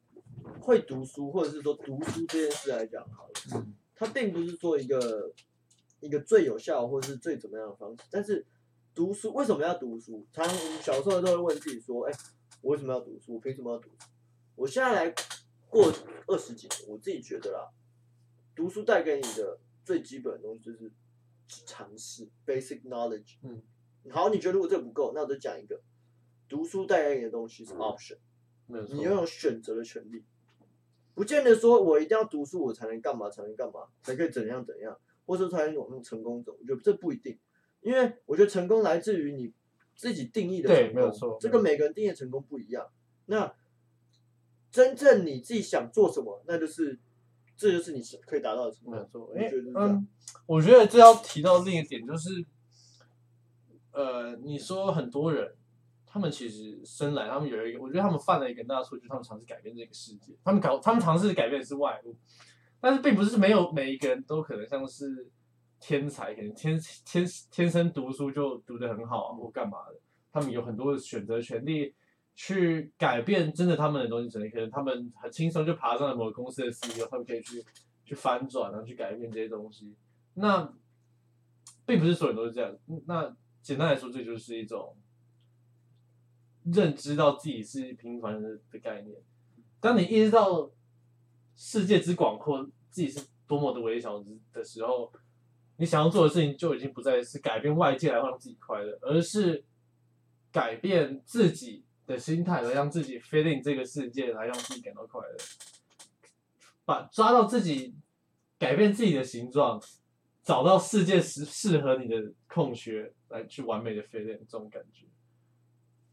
B: 会读书，或者是说读书这件事来讲，好了，它并不是说一个一个最有效或是最怎么样的方式，但是读书为什么要读书？常常我们小时候都会问自己说，哎、我为什么要读书？我凭什么要读书？我现在来过二十几年，我自己觉得啦，读书带给你的最基本的东西就是常识 （basic knowledge）。
A: 嗯，
B: 好，你觉得如果这不够，那我就讲一个，读书带给你的东西是 option，
A: 嗯没有
B: 你拥
A: 错，
B: 有选择的权利，不见得说我一定要读书我才能干嘛才能干嘛才可以怎样怎样，或者说才能往那种成功走，我觉得这不一定，因为我觉得成功来自于你自己定义的
A: 对
B: 成
A: 没有
B: 功
A: 错
B: 这个每个人定义的成功不一样，那。真正你自己想做什么，那就是这就是你可以达到的成
C: 没
B: 果。
C: 错，
B: 我
C: 因为
B: 觉得是这样。
C: 嗯，我觉得这要提到另一点就是，呃，你说很多人，他们其实生来他们有一个，我觉得他们犯了一个很大的错，就是他们尝试改变这个世界，他们搞，他们尝试改变的是外物，但是并不是没有每一个人都可能像是天才，可能天天天生读书就读得很好、啊、或干嘛的，他们有很多的选择权利。去改变真的他们的东西，可能可能他们很轻松就爬上了某个公司的 CEO，他们可以去去翻转，然后去改变这些东西。那并不是所有人都是这样。嗯那简单来说，这就是一种认知到自己是平凡人的概念。当你意识到世界之广阔，自己是多么的微小之的时候，你想要做的事情就已经不再是改变外界来让自己快乐，而是改变自己的心态，来让自己 fit in 这个世界，来让自己感到快乐。把抓到自己，改变自己的形状，找到世界适适合你的空缺，来去完美的 fit in 这种感觉。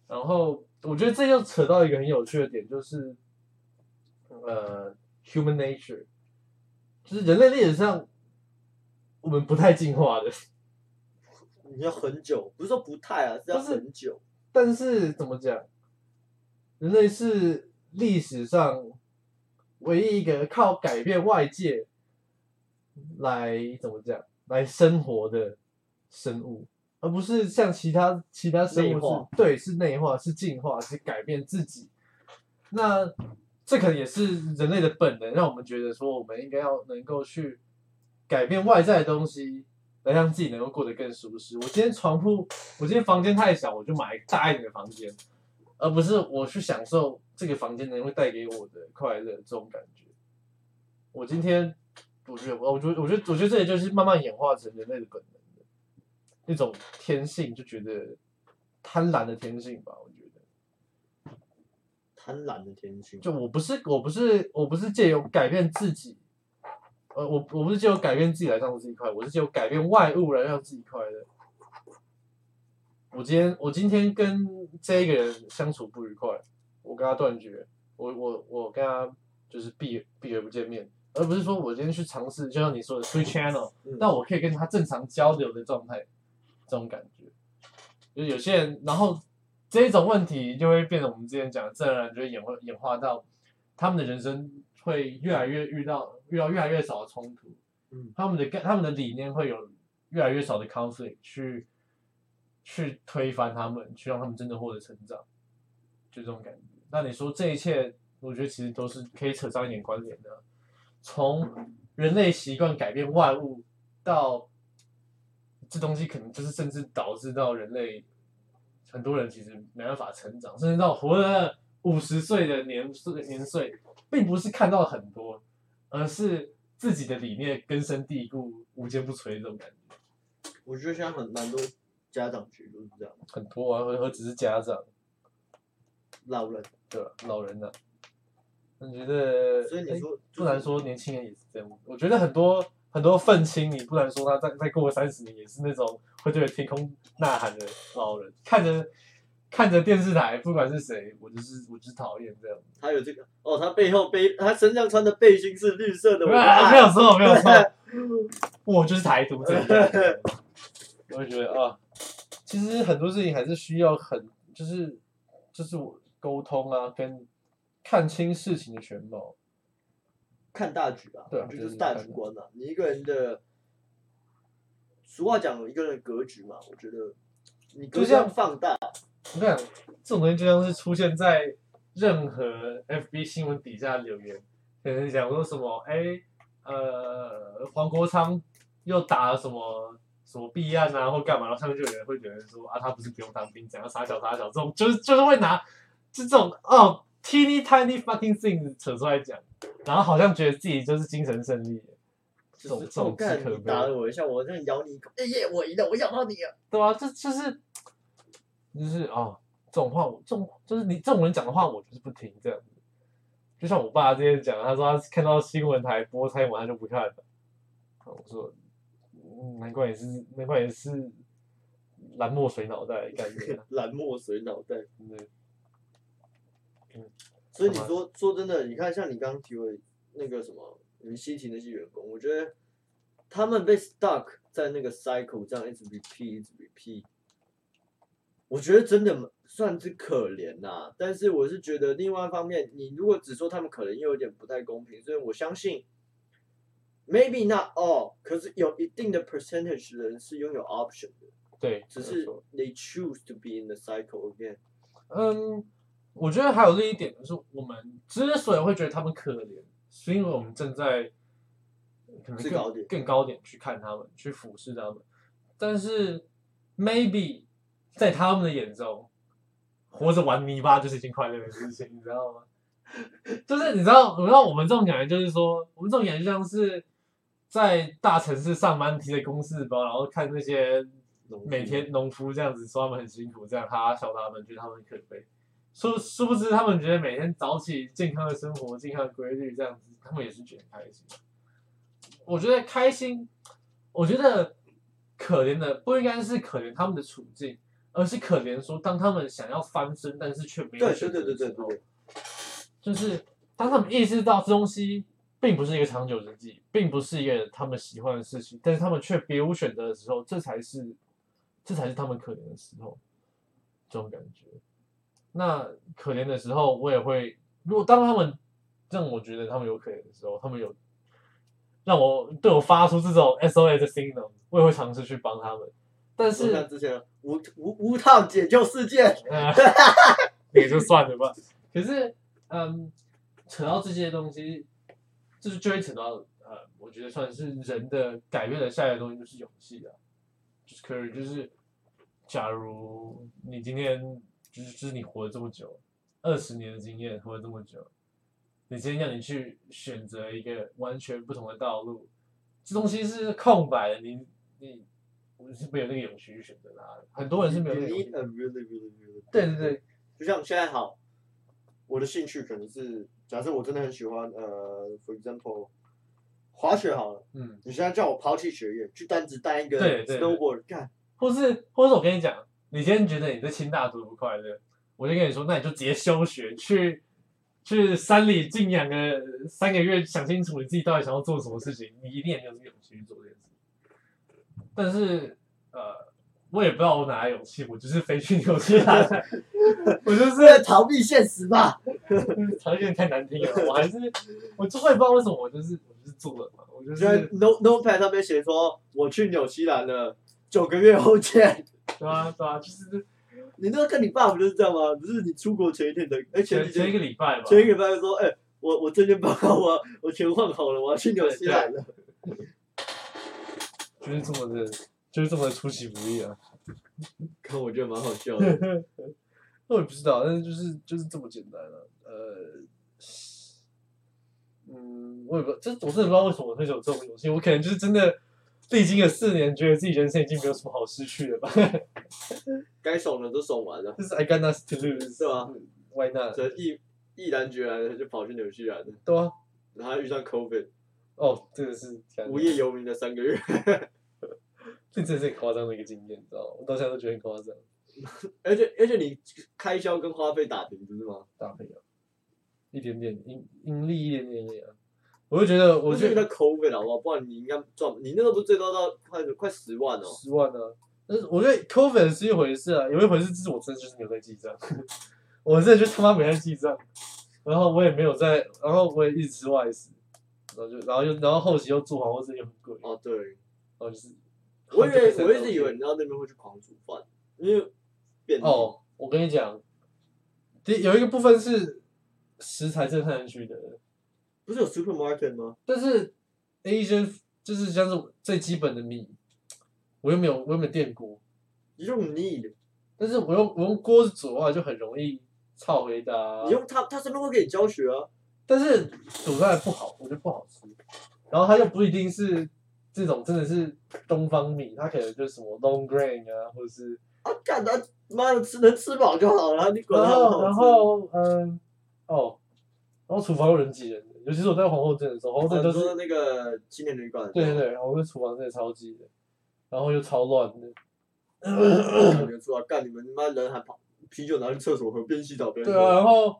C: 然后我觉得这又扯到一个很有趣的点，就是呃，human nature，就是人类历史上我们不太进化的，
B: 你要很久，不是说不太啊，是要
C: 不是
B: 很久。
C: 但是怎么讲，人类是历史上唯一一个靠改变外界来怎么讲来生活的生物，而不是像其他其他生
B: 内
C: 物
B: 化
C: 是对是内化是进化是改变自己。那这可能也是人类的本能，让我们觉得说我们应该要能够去改变外在的东西，来让自己能够过得更舒适。我今天床铺，我今天房间太小，我就买大一点的房间，而不是我去享受这个房间能够带给我的快乐这种感觉。我今天，我觉得，我觉得，我觉得，我觉得这也就是慢慢演化成人类的本能的那种天性，就觉得贪婪的天性吧，我觉得。
B: 贪婪的天性，
C: 就我不是我不是我不是借由改变自己，呃，我我不是借由改变自己来让自己快乐，我是借由改变外物来让自己快乐。我今天我今天跟这个人相处不愉快，我跟他断绝，我我我跟他就是避避而不见面，而不是说我今天去尝试，就像你说的 switch channel，
B: 嗯
C: 那我可以跟他正常交流的状态，这种感觉。就是有些人，然后这一种问题就会变成我们之前讲的，自然而然就会演化演化到他们的人生会越来越遇到遇到越来越少的冲突，
B: 嗯，
C: 他们的概他们的理念会有越来越少的 conflict 去去推翻他们，去让他们真的获得成长，就这种感觉。那你说这一切，我觉得其实都是可以扯上一点关联的，啊从人类习惯改变外物到这东西可能就是甚至导致到人类很多人其实没办法成长，甚至到活了五十岁的年岁年岁，并不是看到很多，而是自己的理念根深蒂固、无坚不摧这种感觉。
B: 我觉得现在很蛮多家长群就是这样，
C: 很多啊，或或只是家长，
B: 老人。
C: 对吧？老人呢、我觉得，
B: 所以你
C: 哎
B: 说，
C: 不然说年轻人也是这样。我觉得很多很多愤青，你不然说他再再过三十年也是那种会对着天空呐喊的老人，看着看着电视台，不管是谁，我就是我就是讨厌这样。
B: 他有这个哦，他背后背他身上穿的背心是绿色的，我
C: 啊 没
B: 爱
C: 有错，没有错，我就是台独这样。 我就觉得啊，其实很多事情还是需要很就是就是我沟通啊，跟看清事情的全貌。
B: 看大局啊，
C: 对啊
B: 我
C: 就
B: 觉得就是是大
C: 看
B: 局观啊。你一个人的，俗话讲，一个人的格局嘛，我觉得你格
C: 就
B: 局要
C: 像
B: 放大，
C: 我跟你讲，这种东西就像是出现在任何 FB 新闻底下留言，有人讲说什么，哎、呃，黄国昌又打了什么什么弊案啊，或干嘛，然后上面就有人会觉得说，啊，他不是不用当兵，怎样傻小傻小，这种就是就是会拿就这种哦 teeny tiny fucking things 扯出来讲，然后好像觉得自己就是精神胜利，这
B: 就
C: 种
B: 是
C: 这种
B: 我干
C: 自可
B: 你
C: 悲
B: 打了我一下，我这样咬你一口，哎耶，我赢了，我咬到你了。。
C: 对啊，这就是就是哦，这种话我这种就是你这种人讲的话，我就是不听这样子。就像我爸之前讲，他说他看到新闻台播拆完他就不看了。啊我说，嗯难怪也是，难怪也是蓝 墨水脑袋的概念、啊
B: 蓝墨水脑袋，
C: 真的嗯，
B: 所以你说说真的，你看像你刚刚提为那个什么云西提那些员工，我觉得他们被 stuck 在那个 cycle 这样一直 repeat 一直 repeat，我觉得真的算是可怜呐、但是我是觉得另外一方面，你如果只说他们可怜，又有点不太公平。所以我相信，maybe not all，可是有一定的 percentage 的人是拥有 option 的，
A: 对，
B: 只
A: 没
B: 是
A: 错
B: they choose to be in the cycle again。
A: 嗯，我觉得还有另一点就是，我们之所以会觉得他们可怜，是因为我们站在可能
B: 制
A: 更
B: 高点
A: 更高点去看他们，去俯视他们。但是 maybe 在他们的眼中，活着玩泥巴就是一件快乐的事情，你知道吗？ 就是你知道，你知道我们这种感觉，就是说，我们这种感觉像是在大城市上班，提着公事包，然后看那些每天农夫这样子说他们很辛苦，这样哈哈笑他们，觉得他们很可悲。殊殊不知，他们觉得每天早起、健康的生活、健康的规律这样子，他们也是觉得很开心。我觉得开心，我觉得可怜的不应该是可怜他们的处境，而是可怜说当他们想要翻身，但是却没有
B: 对
A: 选
B: 对对对
A: 择的
B: 对
A: 时
B: 对
A: 候
B: 对，
A: 就是当他们意识到这东西并不是一个长久之计，并不是一个他们喜欢的事情，但是他们却别无选择的时候，这才是这才是他们可怜的时候，这种感觉。那可怜的时候，我也会，如果当他们让我觉得他们有可怜的时候，他们有让我对我发出这种 SOS 的 signal，我也会尝试去帮他们。但
B: 就是像之前无无无套解救世界，
A: 呃 也就算了吧。可是，嗯，扯到这些东西，就是就会扯到呃，我觉得算是人的改变的下一个东西就是勇气啊，就是 courage，就是假如你今天就是就是你活了这么久，二十年的经验活了这么久，你今天让你去选择一个完全不同的道路，这东西是空白的，你你。我是没有那个勇气去选择它的，很多人是没有那
B: You
A: 个勇
B: need
A: 气
B: a。really really really
A: 对对对，
B: 就像现在好，我的兴趣可能是，假设我真的很喜欢，呃，for example，滑雪好了，
A: 嗯，
B: 你现在叫我抛弃学业，去单只带一个
A: 对对对
B: snowboard，干，
A: 或是或是我跟你讲，你今天觉得你在清大读不快乐，我就跟你说，那你就直接休学去去山里静养个三个月，想清楚你自己到底想要做什么事情，你一定也没有这个勇气去做这件事。但是呃，我也不知道我哪来勇气，我就是非去纽西兰，我就是
B: 为了逃避现实吧。
A: 好像有点太难听了，我还是我就会不知道为什么我就是我就是做了嘛，我就
B: 我
A: 是
B: 现在 no no pad 上面写说，我去纽西兰了，九个月后见。
A: 对啊对啊，就是
B: 你那个跟你爸不就是这样吗？不是你出国前一天的，哎、前
A: 前
B: 几
A: 前一
B: 天
A: 个礼拜吧，
B: 前一个礼拜说，哎、我我证件报告我 我钱换好了，我要去纽西兰了。
A: 就是这么的，就是这么的出其不意啊。
B: 看我觉得蛮好笑的。
A: 我也不知道，但是就是就是这么简单了、呃，嗯，我也不，这我真的不知道为什么我会有这种勇气。我可能就是真的历经了四年，觉得自己人生已经没有什么好失去了吧。
B: 该怂的都怂完了，
A: 就是 I got nothing to lose，
B: 是吧
A: ？Why not？
B: 这毅毅然决然的就跑去纽西兰了，
A: 对啊，
B: 然后遇上 COVID，
A: 哦，这个是
B: 无业，游民的三个月，
A: 这真的是很夸张的一个经验，你知道吗？我到现在都觉得很夸张，
B: 而且而且你开销跟花费打平，不是吗？
A: 搭配啊，一点点盈盈利一点点而已啊。我就觉得，我
B: 我是
A: 觉
B: 遇
A: 得
B: 到 COVID 好不好？不然你应该赚，你那时候不是最高到快快十万哦？
A: 十万呢、啊。但是我觉得 COVID 是一回事啊，有一回事就是我真的就是没有在记账， 我真的就他妈没在记账，然后我也没有在，然后我也一直吃外食，然后就然后又然后后期又住房，或者又很贵，然
B: 哦，对，
A: 后就是
B: 我以为
A: 100%
B: 我一直以为你到那边会去狂煮饭，因为便利。
A: 哦，我跟你讲，第有一个部分是食材真的太难取得了，
B: 不是有 supermarket 吗？
A: 但是 Asian 就是像是最基本的米，我又没有我又没有电锅，
B: 你用 need，
A: 但是我用我用锅子煮的话就很容易炒回答、
B: 你用他他这边会给你教学啊。
A: 但是煮出来不好，我觉得不好吃。然后它又不一定是这种真的是东方米，它可能就是什么 long grain 啊，或者是
B: 啊，干他妈的吃能吃饱就好了，你管
A: 然
B: 他好不好吃
A: 后啊然后嗯哦，然后厨房又人挤人的，尤其是我在皇后镇的时候，皇后镇
B: 很
A: 都是
B: 多那个青年旅馆，
A: 对对，对，皇后镇厨房真的超级的，然后又超乱的，啊
B: 感觉出来，干你们他妈人还跑啤酒拿去厕所喝，边洗澡边喝
A: 对啊，然后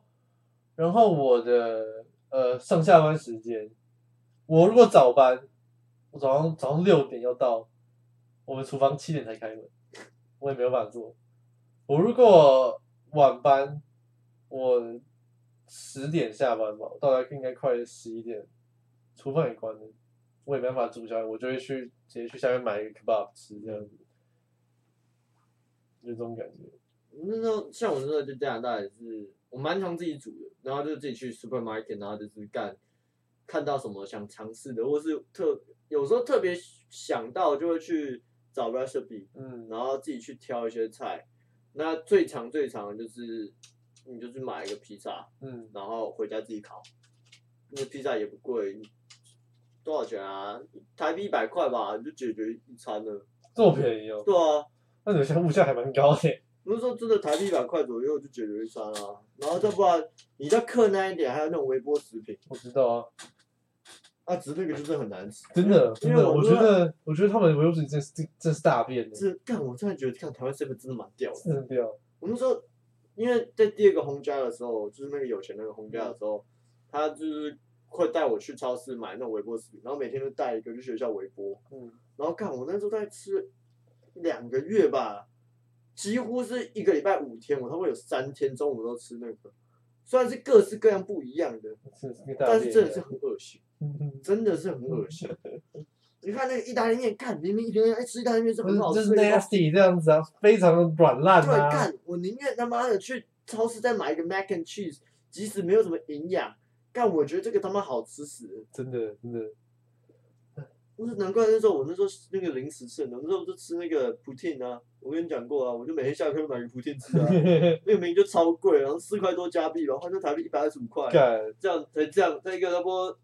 A: 然后我的呃上下班时间，我如果早班，我早上早上六点要到，我们厨房七点才开门，我也没有办法做。我如果晚班，我十点下班吧，我大概应该快十一点，厨房也关了，我也没办法煮下来，我就会去直接去下面买一个 kebab 吃这样子，就这种感觉。
B: 那时候像我那时候就加拿大也是，我蛮常自己煮的，然后就自己去 supermarket，然后就是干，看到什么想尝试的，或是特有时候特别想到就会去找 recipe，
A: 嗯，
B: 然后自己去挑一些菜。那最常最常就是你就去买一个披萨，
A: 嗯，
B: 然后回家自己烤，那披萨也不贵，多少钱啊？台币一百块吧，你就解决一餐了。
A: 这么便宜哦，
B: 对啊，
A: 那你们现在物价还蛮高的耶。
B: 不是说真的台币一百块左右就解决一餐啊，然后再不然你再克那一点，还有那种微波食品，
A: 我知道啊，
B: 啊，只是那个就是很难吃。嗯
A: 真的，
B: 因为
A: 真的，
B: 我
A: 我
B: 觉
A: 觉
B: 得
A: 得，我觉得他们的维吾斯真是真真是大便的，
B: 这干，我突然觉得看台湾 seven 真的蛮屌的。
A: 真的掉。
B: 我们说，因为在第二个轰家的时候，就是那个有钱那个轰家的时候，他就是会带我去超市买那种微波食品，然后每天都带一个去学校微波，
A: 嗯，
B: 然后干我那时候大概吃了两个月吧，几乎是一个礼拜五天，我差不多有三天中午都吃那个，虽然是各式各样不一样的。
A: 是是个大
B: 但是
A: 便。
B: 真的是很恶心，
A: 嗯，
B: 真的是很恶 心。你看那个意大利面，看明明一天爱吃意大利面是
A: 不
B: 很
A: 是
B: 好
A: 嗯就
B: 吃
A: 是
B: 的，
A: nasty 这样子啊，非常的软烂
B: 对，
A: 啊。
B: 干我宁愿他妈的去超市再买一个 mac and cheese，即使没有什么营养，干我觉得这个他妈好吃死了。
A: 真的，真的，
B: 不是难怪那时候我那时候那个零食吃很多，那时候就吃那个 poutine 啊，我跟你讲过啊，我就每天下课都买个 poutine 吃 啊，那个明明就超贵，然后四块多加币吧，换成台币一百二十五块，
A: 干，
B: 这样才这样，那个差不多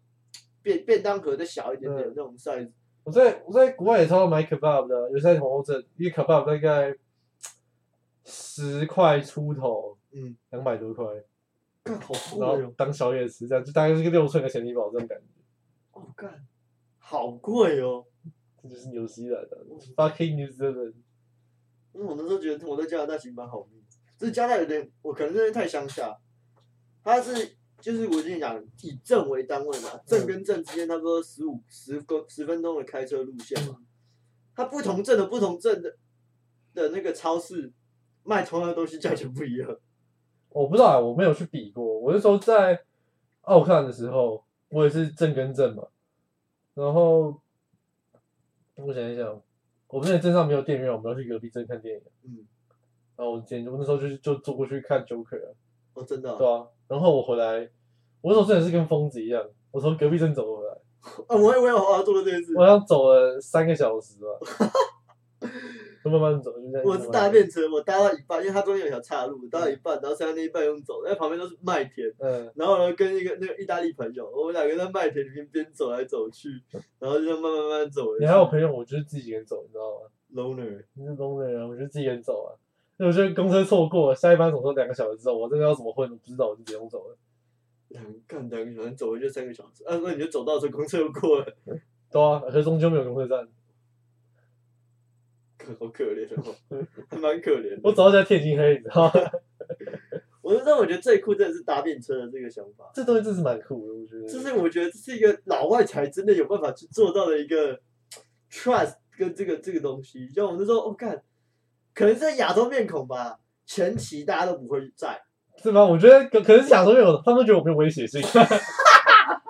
B: 便便当盒再小一点点
A: 嗯
B: 那种 size。
A: 我在我在国外也超常买 kebab 的，有时候在红镇，一个 kebab 大概十块出头，
B: 嗯，
A: 两百多块，
B: 干好贵
A: 然后
B: 哦！
A: 当小夜吃，这样就大概是个六寸的咸鸡堡这种感觉，
B: 哦，干，好贵哦！
A: 这就是纽西兰的 fucking 呃 New Zealand。
B: 因为我那时候觉得我在加拿大其实蛮好命，就是加拿大有点，我可能真的太乡下。它是就是我跟你讲，以镇为单位嘛，镇跟镇之间差不多十五十公十分钟的开车路线嘛。它不同镇的不同镇的的那个超市卖同样的东西价钱不一样。
A: 我不知道啊，我没有去比过。我那时候在奥克兰的时候，我也是正跟正嘛。然后我想一想，我们那镇上没有电影院，我们要去隔壁镇看电影。
B: 嗯，
A: 然后我今天我那时候就是就坐过去看 Joker 啊，
B: 哦，真的啊、
A: 对啊。然后我回来，我那时候真的是跟疯子一样，我从隔壁镇走回来，
B: 啊，我也我也好像做过这件事
A: 我，好像走了三个小时吧。就慢慢走，就这样。
B: 我是搭，便车，我搭到一半，因为它中间有条岔路，搭到一半，然后剩下那一半用走，那旁边都是麦田。
A: 嗯，
B: 然后呢，跟一个那个意大利朋友，我们两个在麦田里面边走来走去，然后就这样慢慢慢慢走回去。
A: 你还有朋友，我就是自己一个人走，你知道吗？
B: loner，
A: 你是聋人啊，我就自己一个人走啊。那我觉得公车错过，下一班总共两个小时之后，我真的要怎么混，我不知道，我就直接用走了。
B: 两个干两个小时走回去三个小时，啊，那你就走到这公车又过了，
A: 对啊，可是中间没有公车站，
B: 可好可怜哦， 还蛮可怜的。
A: 我走到家天已经黑，你知道吗？
B: 我是让我觉得最酷真的是搭便车的这个想法，
A: 这东西真是蛮酷的，我觉得。
B: 这是我觉得这是一个老外才真的有办法去做到的一个 trust 跟这个这个东西。像我那时候，我、哦、干，可能是亚洲面孔吧，前期大家都不会在。
A: 是吗？我觉得可可能是想说有，他们觉得我没有威胁性。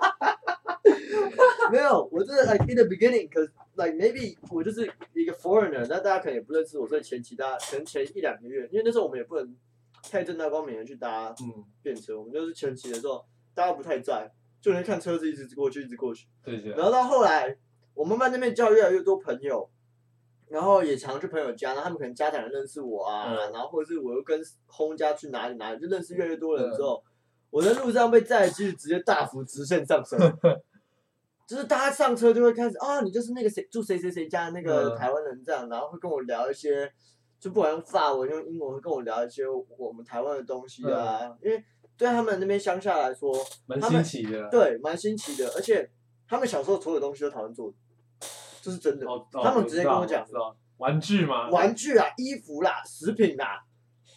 B: 没有，我真的 like in the beginning，可 like maybe 我就是一个 foreigner，那大家可能也不认识我，所以前期大家可能前一两个月，因为那时候我们也不能太正大光明的去搭
A: 嗯，
B: 便车，我们就是前期的时候大家不太在，就能看车子一直过去，一直过去。
A: 对对
B: 然后到后来，我慢慢那边交越来越多朋友，然后也常去朋友家，然后他们可能家长也认识我啊，
A: 嗯
B: 然后或者是我又跟轰家去哪里哪里，就认识越来越多
A: 嗯
B: 人之后，我在路上被载的几率直接大幅直线上 升。就是大家上车就会开始啊，你就是那个谁住谁谁谁家的那个
A: 嗯
B: 台湾人这样，然后会跟我聊一些，就不管用法文用英文会跟我聊一些我们台湾的东西啊，
A: 嗯
B: 因为对他们那边乡下来说，
A: 蛮
B: 他们
A: 新奇的啊。
B: 对，蛮新奇的，而且他们小时候所有东西都台湾做的，这是真的。
A: 哦
B: 他们直接跟我讲，
A: 知道知道玩具嘛
B: 玩具啊、衣服啦、食品啦、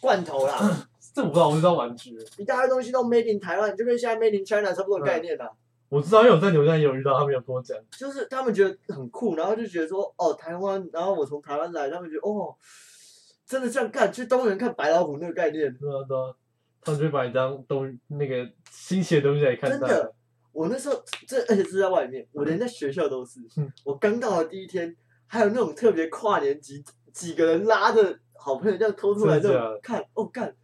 B: 罐头啦，
A: 这我不知道，我只知道玩具。
B: 一大堆东西都 made in 台湾，就跟现在 made in China 差不多的概念啦、
A: 我知道，因为我在纽约有遇到，他们有跟我讲，
B: 就是他们觉得很酷，然后就觉得说，哦，台湾，然后我从台湾来，他们觉得，哦，真的这样干，去东人看白老虎那个概念，
A: 对啊对啊，他们就会把你当东那个新奇的东西来看
B: 真
A: 待。
B: 的。我那时候这而且是在外面，我连在学校都是
A: 嗯。
B: 我刚到的第一天，还有那种特别跨年级几个人拉着好朋友这样偷偷来
A: 真
B: 这
A: 的假
B: 种
A: 的
B: 看，哦干，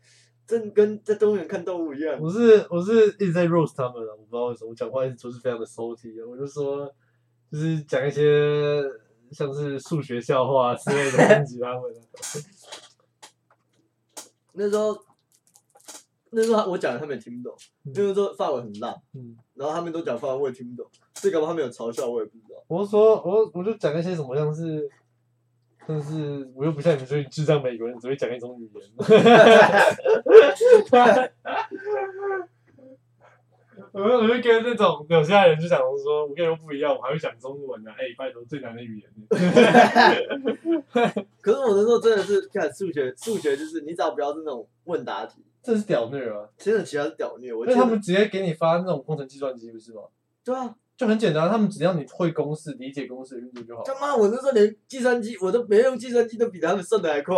B: 真跟在东园看动物一样。
A: 我是我是一直在 roast 他们啊，我不知道为什么，我讲话一直都是非常的 salty，的我就说就是讲一些像是数学笑话啊之类的攻击他们啊。
B: 那时候那时候我讲的他们也听不懂，
A: 嗯
B: 那时候法文很烂，
A: 嗯，
B: 然后他们都讲法文，我也听不懂，所以搞不好他们有嘲笑我也不知 道。
A: 我就说我我就讲一些什么像是。但是我又不像你们这些智障美国人，只会讲一种语言。我就我就跟那种纽西兰人就讲说，我跟你们不一样，我还会讲中文呢、啊。哎、拜托，最难的语言。
B: 可是我那时候真的是看数学，数学就是你只要不要是那种问答题，
A: 这是屌虐啊！
B: 其实其他是屌虐。我
A: 因为
B: 记
A: 他
B: 得
A: 们直接给你发那种工程计算机，不是吗？
B: 对啊，
A: 就很简单，他们只要你会公式、理解公式运作就好。
B: 他妈我那时候连计算机我都没用，计算机都比他们算的还快。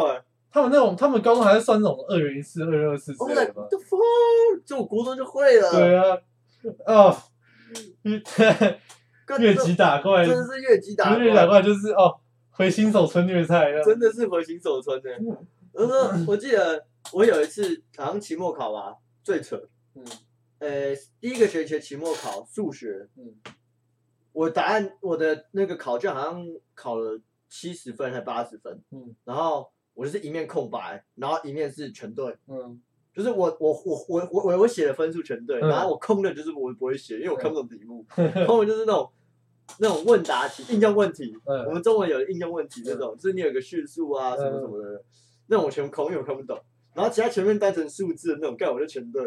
A: 他们那种，他们高中还在算那种二元一次、二元二次之
B: Oh
A: 类
B: my
A: 的吧
B: god，？the fuck！就我国中就会了。
A: 对啊，哦，
B: 干，
A: 越级打怪，
B: 真的是越级打
A: 不是越级打怪就是哦，回新手村虐菜这样。
B: 真的是回心手村的、
A: 嗯
B: 我说，我记得我有一次好像期末考吧，最扯。
A: 嗯
B: 呃，第一个学期的期末考数学，
A: 嗯
B: 我答案我的那个考卷好像考了七十分还八十分，
A: 嗯，
B: 然后我就是一面空白，然后一面是全对，
A: 嗯
B: 就是我我我我我我我写的分数全对，
A: 嗯
B: 然后我空的就是我不会写，因为我看不懂题 目，空的就是那种那种问答题、应用问题，我
A: 嗯，
B: 们中文有应用问题那种，就是你有个叙述啊什么什么
A: 嗯
B: 的，那种我全空，因为我看不懂。然后其他全面单纯数字的那种，干我就全对，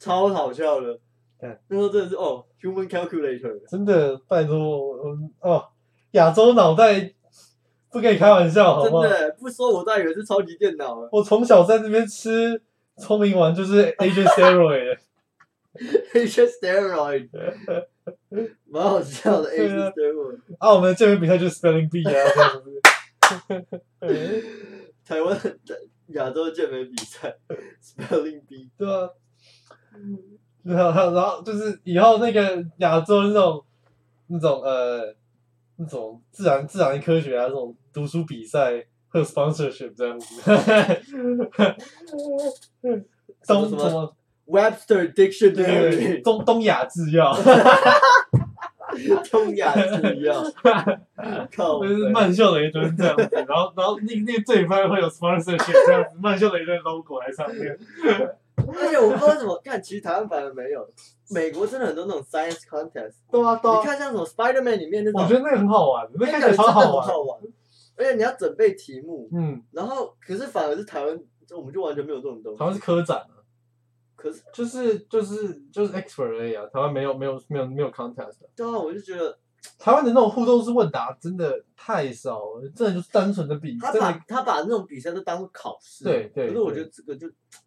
B: 超好笑的
A: 干。
B: 那时候真的是哦，human calculator，
A: 真的，拜托我我哦，亚洲脑袋不可以开玩笑，好
B: 真
A: 不好？
B: 的不说我都还以为是超级电脑了
A: 我从小在那边吃聪明丸，就是 Asian steroid，
B: ，Asian steroid，蛮好笑的 Asian steroid。
A: 啊，我们的健美比赛就是 spelling bee 啊，这样子。
B: 台湾的亚洲健美比赛 ，spelling bee，
A: 对啊，然后还有然后就是以后那个亚洲那种那种呃那种自然自然科学啊这种读书比赛会有 sponsorship 这样子，东
B: 什
A: 什
B: 么
A: 么
B: Webster
A: 对对对
B: Dictionary，
A: 东东亚制药，
B: 东亚制 药，靠
A: 就
B: 北，
A: 是曼秀雷敦这样子，然后然后那那最番会有 sponsorship 这样子，曼秀雷敦 logo 在上面，
B: 而且我不知道为什么，看其实台湾反而没有，美国真的很多那种 science contest，
A: 对啊对
B: 你
A: 啊，
B: 看像什么 Spider-Man 里面那种，
A: 我觉得那个很好玩，那
B: 那
A: 看起
B: 个
A: 来
B: 哎真
A: 超
B: 的
A: 好
B: 很
A: 玩，
B: 好玩，而且你要准备题目，
A: 嗯，
B: 然后可是反而是台湾，我们就完全没有这种东西。
A: 好像是科展。啊
B: 可是
A: 就是就是就是 expert 而已啊，台湾没有没有没有没有 contest，的
B: 对啊，我就觉得
A: 台湾的那种互动式问答真的太少了，真的就是单纯的比，
B: 他
A: 真
B: 把
A: 的
B: 他把那种比赛都当做考试，
A: 对对
B: 可是我
A: 对嗯
B: 觉得这个就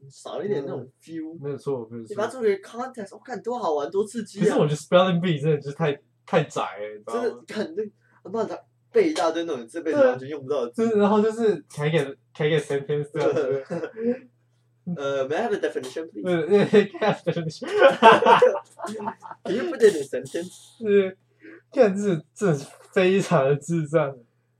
B: 少一点那种 feel，、
A: 没有错没有
B: 你把它做
A: 错。
B: 为 contest，我、看多好玩，多刺
A: 其
B: 激
A: 实
B: 啊！
A: 我觉得 spelling bee 真的就是太太窄了，你知道啊
B: 真
A: 吗
B: 的？看那，他妈的背一大堆那种这辈子
A: 对啊
B: 完全用不到的字。
A: 就是然后就是可以给可以给 sentence 这样 子，
B: 呃，May I have a definition, please？
A: 啊对对对，cat 真的是，
B: Can you put it in a sentence?
A: 是 cat 是真的是非常的智障。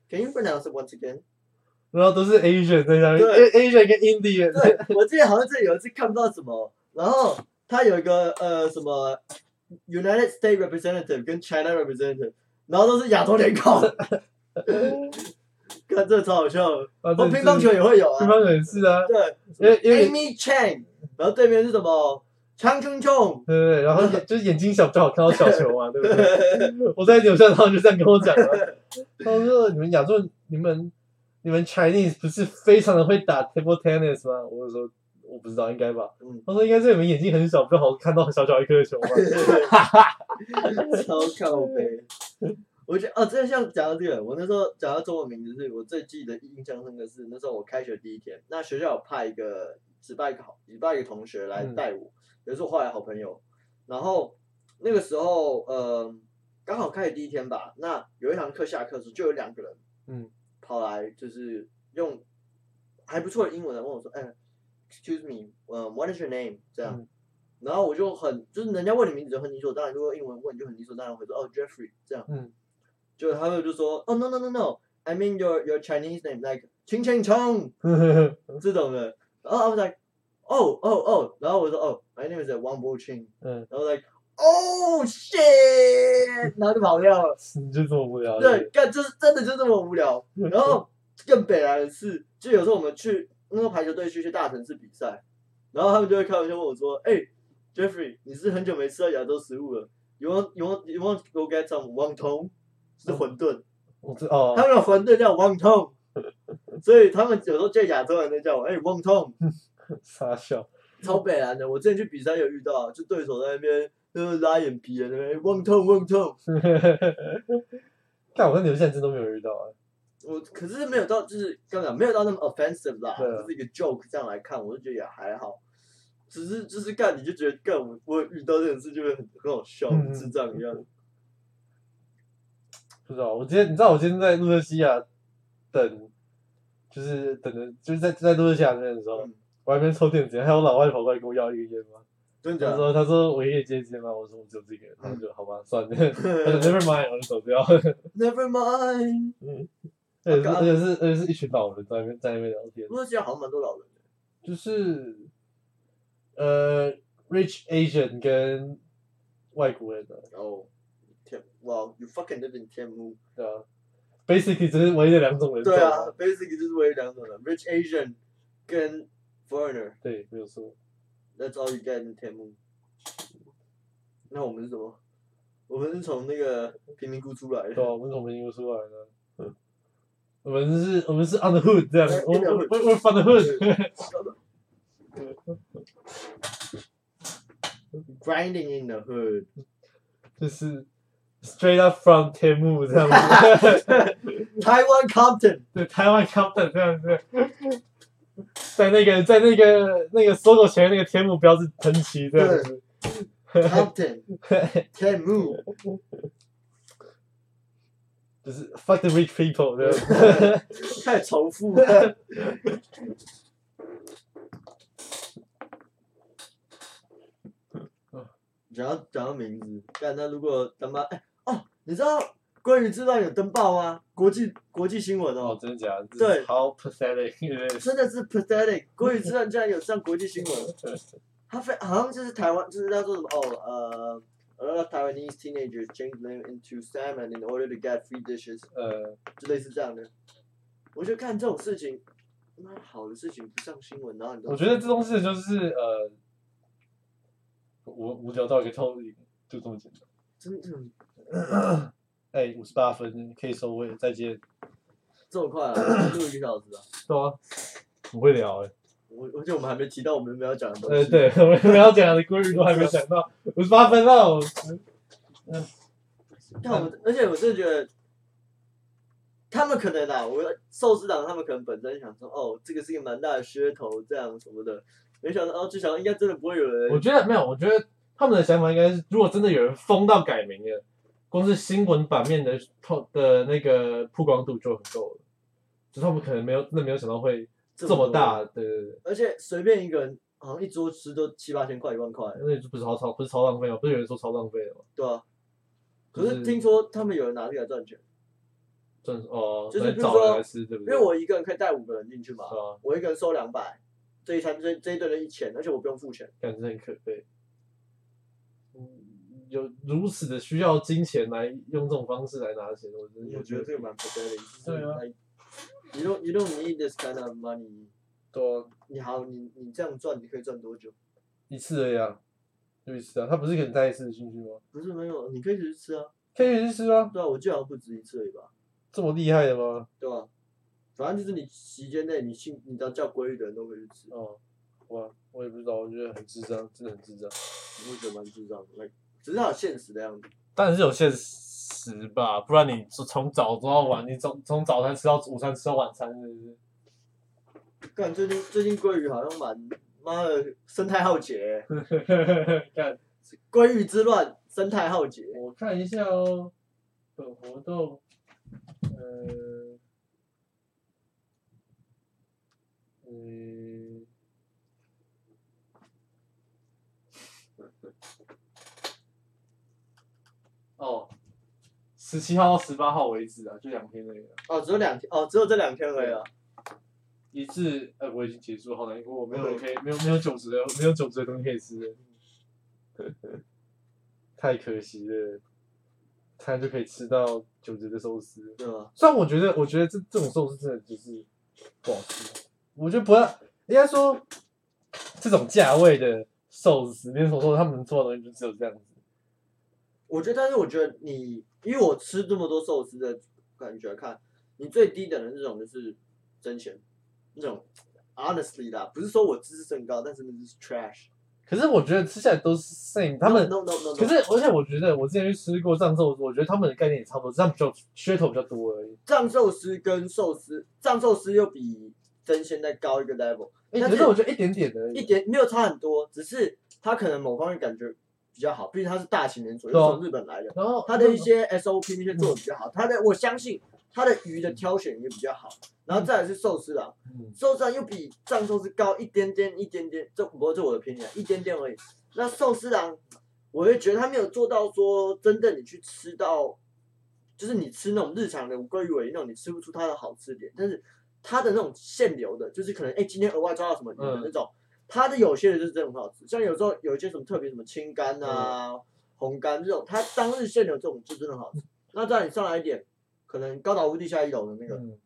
B: Can you pronounce it once again?
A: 然后都是 Asian 在上面
B: 对
A: ，Asian 跟 Indian，
B: 对，我记得好像这有一次看不到什么，然后他有一个呃什么 United States Representative 跟 China Representative，然后都是亚洲联考， 看这超好笑的。
A: 然
B: 哦，
A: 后
B: 乒乓球，也会有
A: 乒
B: 啊，
A: 乓球也是啊，
B: 对
A: 因为因为
B: ，Amy Chang，然后对面是什么 Chang Chun Chong，
A: 对对对，然后眼就是眼睛小就好看到小球嘛，对 不对？我在纽西兰他们就这样跟我讲了，他们说你们亚洲你们你们 Chinese 不是非常的会打 table tennis 吗？我就说我不知道，应该吧。
B: 嗯
A: 他说应该是你们眼睛很小，比较好看到小小一颗的球吧。
B: 超靠背。我觉得哦，真的像讲到这个，我那时候讲到中文名字是，我最记得印象深刻是那时候我开学第一天，那学校有派一个礼拜一个好礼拜一个同学来带我，也是我后来好朋友。然后那个时候，呃，刚好开始第一天吧，那有一堂课下课的时候，就有两个人，
A: 嗯，
B: 跑来就是用还不错的英文来问我说，哎、e x c u s e me，呃、w h a t is your name？这样。
A: 嗯
B: 然后我就很，就是人家问你名字就很理所当然，如果用英文问你就很理所当然会说哦 Jeffrey 这样，
A: 嗯，
B: 就他们就说哦 no no no no，I mean your your Chinese name like 青青冲这种的，然后 I was like oh oh oh，然后我说哦 my name is Wang Bo Qing，
A: 嗯，
B: 然后 like oh shit，然后 就跑掉了，
A: 你就这么无聊？
B: 对，，干就是真的就这么无聊，然后更北来的是，就有时候我们去那个排球队去一些大城市比赛，然后他们就会开玩笑问我说：“哎、j e f f r e y 你是很久没吃到亚洲食物了，You want you want you want to go get some wonton？” 是馄饨，
A: 我知哦
B: 他，们的馄饨叫 wonton，所以他们有时候叫亚洲人都叫我哎、wonton，
A: 傻笑，
B: 超北蓝的。我之前去比赛有遇到，就对手在那边就是拉眼皮的那边哎 wonton wonton，
A: 但我跟纽西兰真都没有遇到啊。
B: 我可是没有到，就是刚讲没有到那么 offensive 啦，
A: 对啊
B: 就是一个 joke 这样来看，我就觉得也还好。只是就是干，你就觉得干我我遇到这种事就会很很好笑，
A: 嗯嗯
B: 智障一样。
A: 不知道，我今天你知道我今天在路德西亚等，就是等的，就是在在路德西亚那边的时候，
B: 嗯
A: 我还没抽电子烟，还有我老外跑过来跟我要一根烟嘛，
B: 真
A: 他
B: 的？
A: 说他说我也接烟嘛，我说我只有这个，然后
B: 嗯
A: 就好吧，算了，他说 never mind，我就走掉。
B: Never mind。
A: 而且是
B: God
A: 而且是而且是一群老人在那边在那边聊天，
B: 洛杉矶好像蛮多老人的。
A: 就是呃，rich Asian 跟外国人的、啊，
B: 然后天，哇，you fucking live in 天幕。
A: 对啊，basically 只是唯一的两种人种
B: 对啊
A: 啊，
B: ，basically 就是为了两种人，rich Asian 跟 foreigner。
A: 对，没有错，
B: That's all you get in 天幕。那我们是什么？我们是从那个贫民窟出来的。
A: 对啊，我们从没英国出来的，嗯哎我们是，我们是 on the hood 这样，
B: 对
A: 我们
B: in the
A: 我们 we're from the hood，
B: Grinding in the hood，
A: 就是 straight up from 天幕这样 子，
B: 台湾 Compton，
A: 对，台湾 Compton 这样子。在那个在那个那个搜狗前面那个天幕标志喷漆这样子，
B: Compton，天幕，
A: 就是 fuck the rich people 这样子。
B: 太重 复了。讲到讲到名字，但那如果他妈哎哦，你知道关于知道有登报吗？国际国际新闻
A: 哦，
B: 哦，
A: 真的假的？
B: 对
A: 好 pathetic it is。
B: 真的是 pathetic。关于知道竟然有上国际新闻，他非好像就是台湾，就是他说什么哦，呃，a lot of Taiwanese teenagers change name into salmon in order to get free dishes，
A: 呃，
B: 就类似这样的。我就看这种事情，妈好的事情不上新闻，然后你都
A: 我觉得这东西就是呃，无无聊到一个透底，就这么简单。
B: 真的
A: 哎，五十八分可以收尾，再见。
B: 这么快 啊，录一个小时啊。
A: 对啊，我会聊哎、
B: 我我觉得我们还没提到我们没有讲的东西。
A: 呃，对， 我们要讲的规律都还没讲到，五十八分哦了。我
B: 但
A: 嗯
B: 我而且我真的觉得，他们可能啦，我寿司党他们可能本身想说，哦，这个是一个蛮大的噱头，这样什么的，没想到哦，就想应该真的不会有
A: 我
B: 人，
A: 觉得没有，我觉得他们的想法应该是，如果真的有人疯到改名了，光是新闻版面的透的那个曝光度就很够了，只是他们可能没有真的没有想到会
B: 这
A: 这
B: 么
A: 么
B: 多
A: 大，对对对。
B: 而且随便一个人好像一桌吃都七八千块、一万块，
A: 那就不是超超不是超浪费吗？哦不是有人说超浪费了哦吗？
B: 对啊。可
A: 就是
B: 是听说他们有人拿这个来赚钱，
A: 真哦，
B: 就是
A: 来
B: 比如
A: 找
B: 说
A: 人来吃，对不
B: 因
A: 对？
B: 为我一个人可以带五个人进去嘛，
A: 啊，
B: 我一个人收两百，这一餐这这一顿人一千，而且我不用付钱，
A: 感觉很可悲。嗯有如此的需要金钱来用这种方式来拿钱，我真的
B: 我觉得这个蛮不得了。哎
A: 对啊
B: ，You don't you don't need this kind of money.
A: 多
B: 你好，你你这样赚，你可以赚多久？
A: 一次而已啊，就一次啊，他不是可以带一次进去吗？
B: 不是没有，你可以只是吃啊。
A: 可以一次吃啊，
B: 对啊，我记得好像不止一次而已吧，
A: 这么厉害的吗？
B: 对吧、啊反正就是你期间内，你信你只要叫规律的人都可以去吃，啊
A: 哦，我我也不知道，我觉得很智障，真的很智障。
B: 我觉得蛮智障的，like, 只是好现实的样子。
A: 当然是有限时吧，不然你从从早做到晚，你从从早餐吃到午餐，吃到晚餐，是不是？
B: 干最近最近鲑鱼好像蛮妈的，生态浩劫，欸
A: 看，
B: 鲑鱼之乱，生态浩劫。
A: 我看一下哦，本活动，呃，嗯，哦，十七号到十八号为止啊，就两天那个，
B: 哦，只有两天，哦，只有这两天而已啊。
A: 一至呃我已经结束，好难过，我没有人可以，没有没有九十的，没有九十的东西可以吃了， 太可惜了，他就可以吃到九十的寿司。
B: 对啊吗？
A: 虽然我觉得，我觉得这这种寿司真的就是不好吃，我觉得不要，应该说这种价位的寿司，连锁寿司他们能做的东西就只有这样子。
B: 我觉得，但是我觉得你，因为我吃这么多寿司的感觉看，你最低等的那种就是真钱，那种 honestly 啦，不是说我知识很高，但是那就是 trash。
A: 可是我觉得吃起来都是 same，他们
B: no no no no，, no
A: 可是而且我觉得我之前去吃过藏寿司，我觉得他们的概念也差不多，只是他们比较噱头比较多而已。
B: 藏寿司跟寿司，藏寿司又比真鲜再高一个 level，
A: 哎、
B: 但
A: 可
B: 是
A: 是我觉得一点点而已。
B: 一点没有差很多，只是它可能某方面感觉比较好，毕竟它是大型连锁，又
A: 对啊
B: 从日本来的，
A: 然后
B: 它哦的一些
A: 嗯
B: SOP 那些做的比较好，它的我相信它的鱼的挑选也比较好，然后再来是寿司啦，
A: 嗯
B: 寿司郎又比藏寿司高一点点，一点点，这不过这我的偏见，一点点而已。那寿司郎，我会觉得他没有做到说真的你去吃到，就是你吃那种日常的鲑鱼尾鱼那种，你吃不出它的好吃点，但是它的那种现流的，就是可能哎、诶今天额外抓到什么鱼的
A: 嗯
B: 那种，它的有些的就是真的很好吃，像有时候有一些什么特别什么青干啊、
A: 嗯
B: 红干这种，它当日现流这种就真的很好吃。那再你上来一点，可能高岛屋地下一楼的那个。
A: 嗯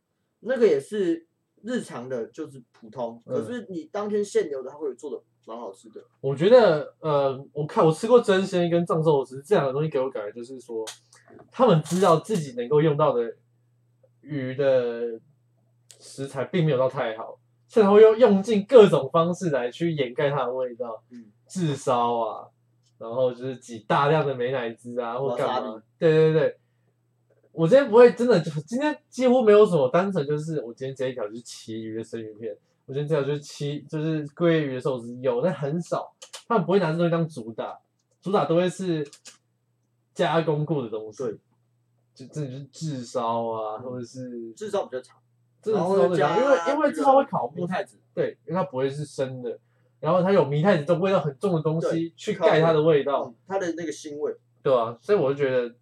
B: 那个也是日常的，就是普通。
A: 嗯
B: 可是你当天现流的，它会有做的蛮好吃的。
A: 我觉得呃，我看我吃过真鲜跟藏寿司这两个东西，给我感觉就是说，他们知道自己能够用到的鱼的食材并没有到太好，甚至会用用尽各种方式来去掩盖它的味道，
B: 嗯，
A: 炙烧啊，然后就是挤大量的美乃滋啊，或干嘛
B: Wasabi。
A: 对对对，我今天不会真的，今天几乎没有什么，单纯就是我今天这一条就是旗鱼的生鱼片，我今天这条就是旗就是鲑鱼的寿司，有但很少，他们不会拿这东西当主打，主打都会是加工过的东西
B: 对，
A: 就真的就是炙烧啊，
B: 嗯
A: 或者是
B: 至少比较长，
A: 真的
B: 然
A: 炙
B: 后
A: 烧的
B: 加啊
A: 因为因为
B: 这
A: 至少会
B: 个嗯
A: 烤过
B: 明，太子。
A: 对，因为它不会是生的，然后它有明太子这种味道很重的东西去盖它的味道，
B: 嗯，它的那个腥味，
A: 对啊，所以我就觉得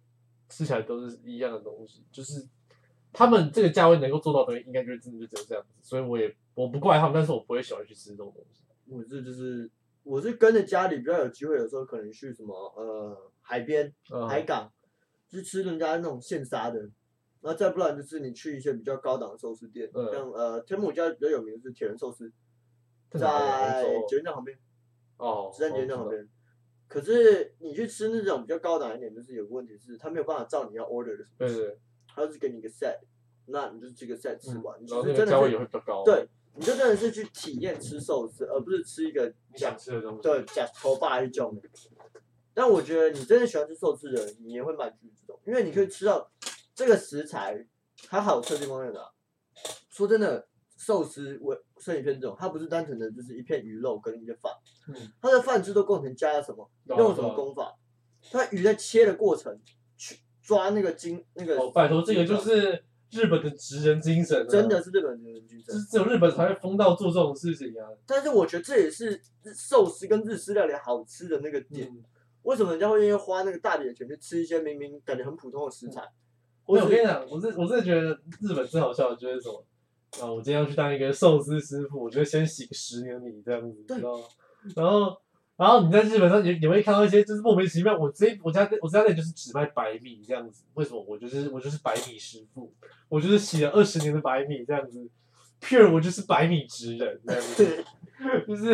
A: 吃起来都是一样的东西，就是他们这个价位能够做到的东西，应该就是真的就只有这样子，所以我也我不怪他们，但是我不会喜欢去吃这种东西。
B: 我是就是我是跟着家里比较有机会，有时候可能去什么呃海边、
A: 嗯，
B: 海港，去吃人家那种现杀的。那再不然就是你去一些比较高档的寿司店，
A: 嗯
B: 像呃天母家比较有名的是铁人寿司，
A: 在哪
B: 在
A: 里欧洲
B: 捷运站旁边。
A: 哦，
B: 只在捷运站
A: 哦
B: 旁边。可是你去吃那种比较高档一点，就是有个问题是，他没有办法照你要 order 的什么
A: 对
B: 吃，
A: 对，
B: 他就是给你一个 set，那你就这个 set 吃
A: 嗯
B: 完，你
A: 然后
B: 就
A: 那
B: 是真
A: 个价
B: 的
A: 位也
B: 是
A: 会比较高。
B: 对，你就真的是去体验吃寿司，而不是吃一个
A: 你
B: 假
A: 想吃的东西。
B: 对假头发还是酱的。但我觉得你真的喜欢吃寿司的人，你也会蛮注重，因为你可以吃到这个食材它好吃的地方在哪。说真的，寿司我生鱼片这种，它不是单纯的就是一片鱼肉跟一些饭，
A: 嗯
B: 它的饭制作过程加了什么？
A: 对啊，啊
B: 用什
A: 对
B: 么
A: 啊？
B: 功法？它鱼在切的过程去抓那个筋，那个
A: 哦，拜托，这个就是日本的职人精神、啊，
B: 真的，是日本人的精
A: 只
B: 神。
A: 只有日本才会疯到做这种事情啊。
B: 但是我觉得这也是日寿司跟日式料理好吃的那个点。
A: 嗯，
B: 为什么人家会愿意花那个大笔的钱去吃一些明明感觉很普通的食材？
A: 我
B: 或
A: 我跟
B: 者
A: 你讲，我是我真的觉得日本最好笑的就是什么啊？我今天要去当一个寿司师傅，我就先洗个十年米这样子，你
B: 对
A: 知道吗？然后。然后你在日本上，你你会看到一些就是莫名其妙，我这我家我家店就是只卖白米这样子，为什么？我就是我就是白米师傅，我就是洗了二十年的白米这样子，pure 我就是白米职人这样子，就是，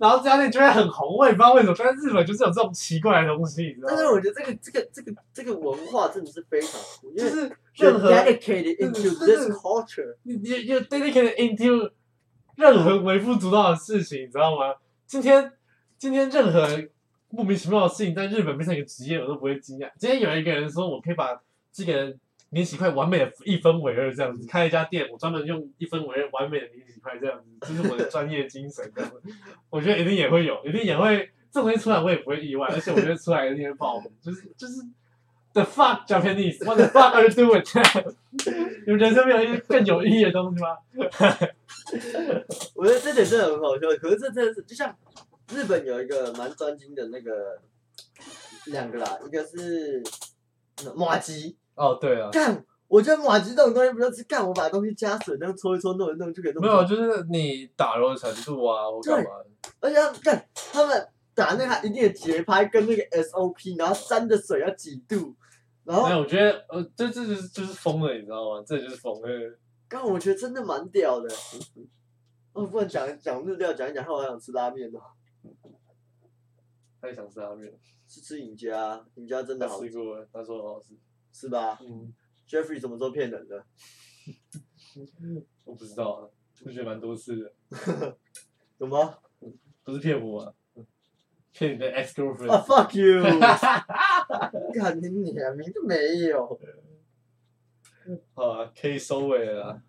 A: 然后这家店就会很红，我也不知道为什么，但是日本就是有这种奇怪的东西，你知道
B: 但
A: 吗
B: 是？我觉得这个这个这个这个文化真的是非常酷，因
A: 就
B: 为
A: 是嗯
B: they're
A: 任何
B: dedicated into
A: 这个
B: this culture，
A: 你你你 dedicated into 任何微不足道的事情，你知道吗？今天今天任何莫名其妙的事情在日本变成一个职业，我都不会惊讶。今天有一个人说我可以把这个免洗筷完美的一分为二这样子，开一家店，我专门用一分为二完美的免洗筷这样子，这是我的专业精神这样子。我觉得一定也会有，一定也会，这东西出来我也不会意外，而且我觉得出来一定会爆红，就是就是 the fuck Japanese，what the fuck are you doing？你 们人生没有一些更有意义的东西吗？
B: 我觉得这点真的很好笑，可是这真的是就像日本有一个蛮专精的那个两个啦，一个是那马吉，
A: 哦，对啊，
B: 干，我觉得马吉这种东西不就是干，我把东西加水这样搓一搓弄一弄就可以弄
A: 没
B: 出来。
A: 有，啊就是你打柔的程度啊，我干嘛？
B: 而且他们干他们打那个一定的节拍跟那个 SOP，然后沾的水要几度，然
A: 没
B: 后
A: 有，我觉得呃，这这就是就是疯了，你知道吗？这就是疯了。
B: 刚我觉得真的蛮屌的。哦，不能讲讲日料，讲一讲，害我好想吃拉面哦。
A: 他也想吃拉面，
B: 是啊吃尹家，尹家真
A: 他
B: 的好
A: 吃过了，他说很好吃。
B: 是吧
A: 嗯，
B: ？Jeffrey 什么时候骗人的？
A: 我不知道，啊，我觉得蛮多次的，
B: 有吗？
A: 不是骗我啊，骗你的
B: 啊
A: ex girlfriend。
B: ，fuck you！干你娘，明就没有。
A: 好啊，可以收尾了啊，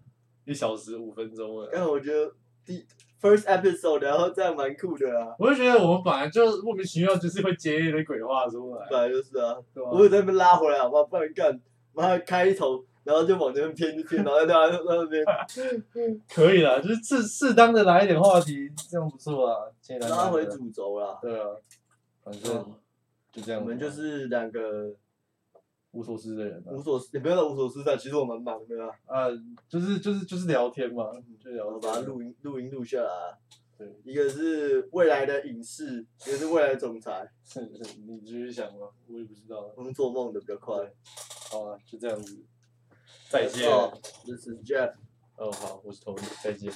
A: 一小时五分钟了。
B: 但我觉得第 first episode 然后这样蛮酷的啊，
A: 我就觉得我们本来就莫名其妙就是会接一堆鬼话出来，
B: 本来就是啊。
A: 对
B: 我有
A: 吧？
B: 在那边拉回来，好不好？不然干，妈开一头，然后就往那边偏一偏，然后大家就在那 边
A: 可以啦，就是适适当的来一点话题，这样不错啊，简单
B: 拉
A: 单
B: 回
A: 的。
B: 主轴啦。
A: 对啊，反
B: 嗯
A: 正就这样
B: 我
A: 吧。
B: 们就是两个
A: 无所事事的人啊
B: 无。所事，也不要讲无所事在，其实我蛮忙的啦，
A: 啊，就是就是就是聊天嘛，就
B: 然
A: 聊
B: 后
A: 天
B: 把它录音录音录下来啊。
A: 对，
B: 一个是未来的影视，一个是未来的总裁。
A: 是是，你继续想吧，我也不知道。
B: 我们做梦的比较快。
A: 好啊，就这样子，再见。
B: 啊哦，This is Jeff。
A: 哦，好，我是 Tony，再见。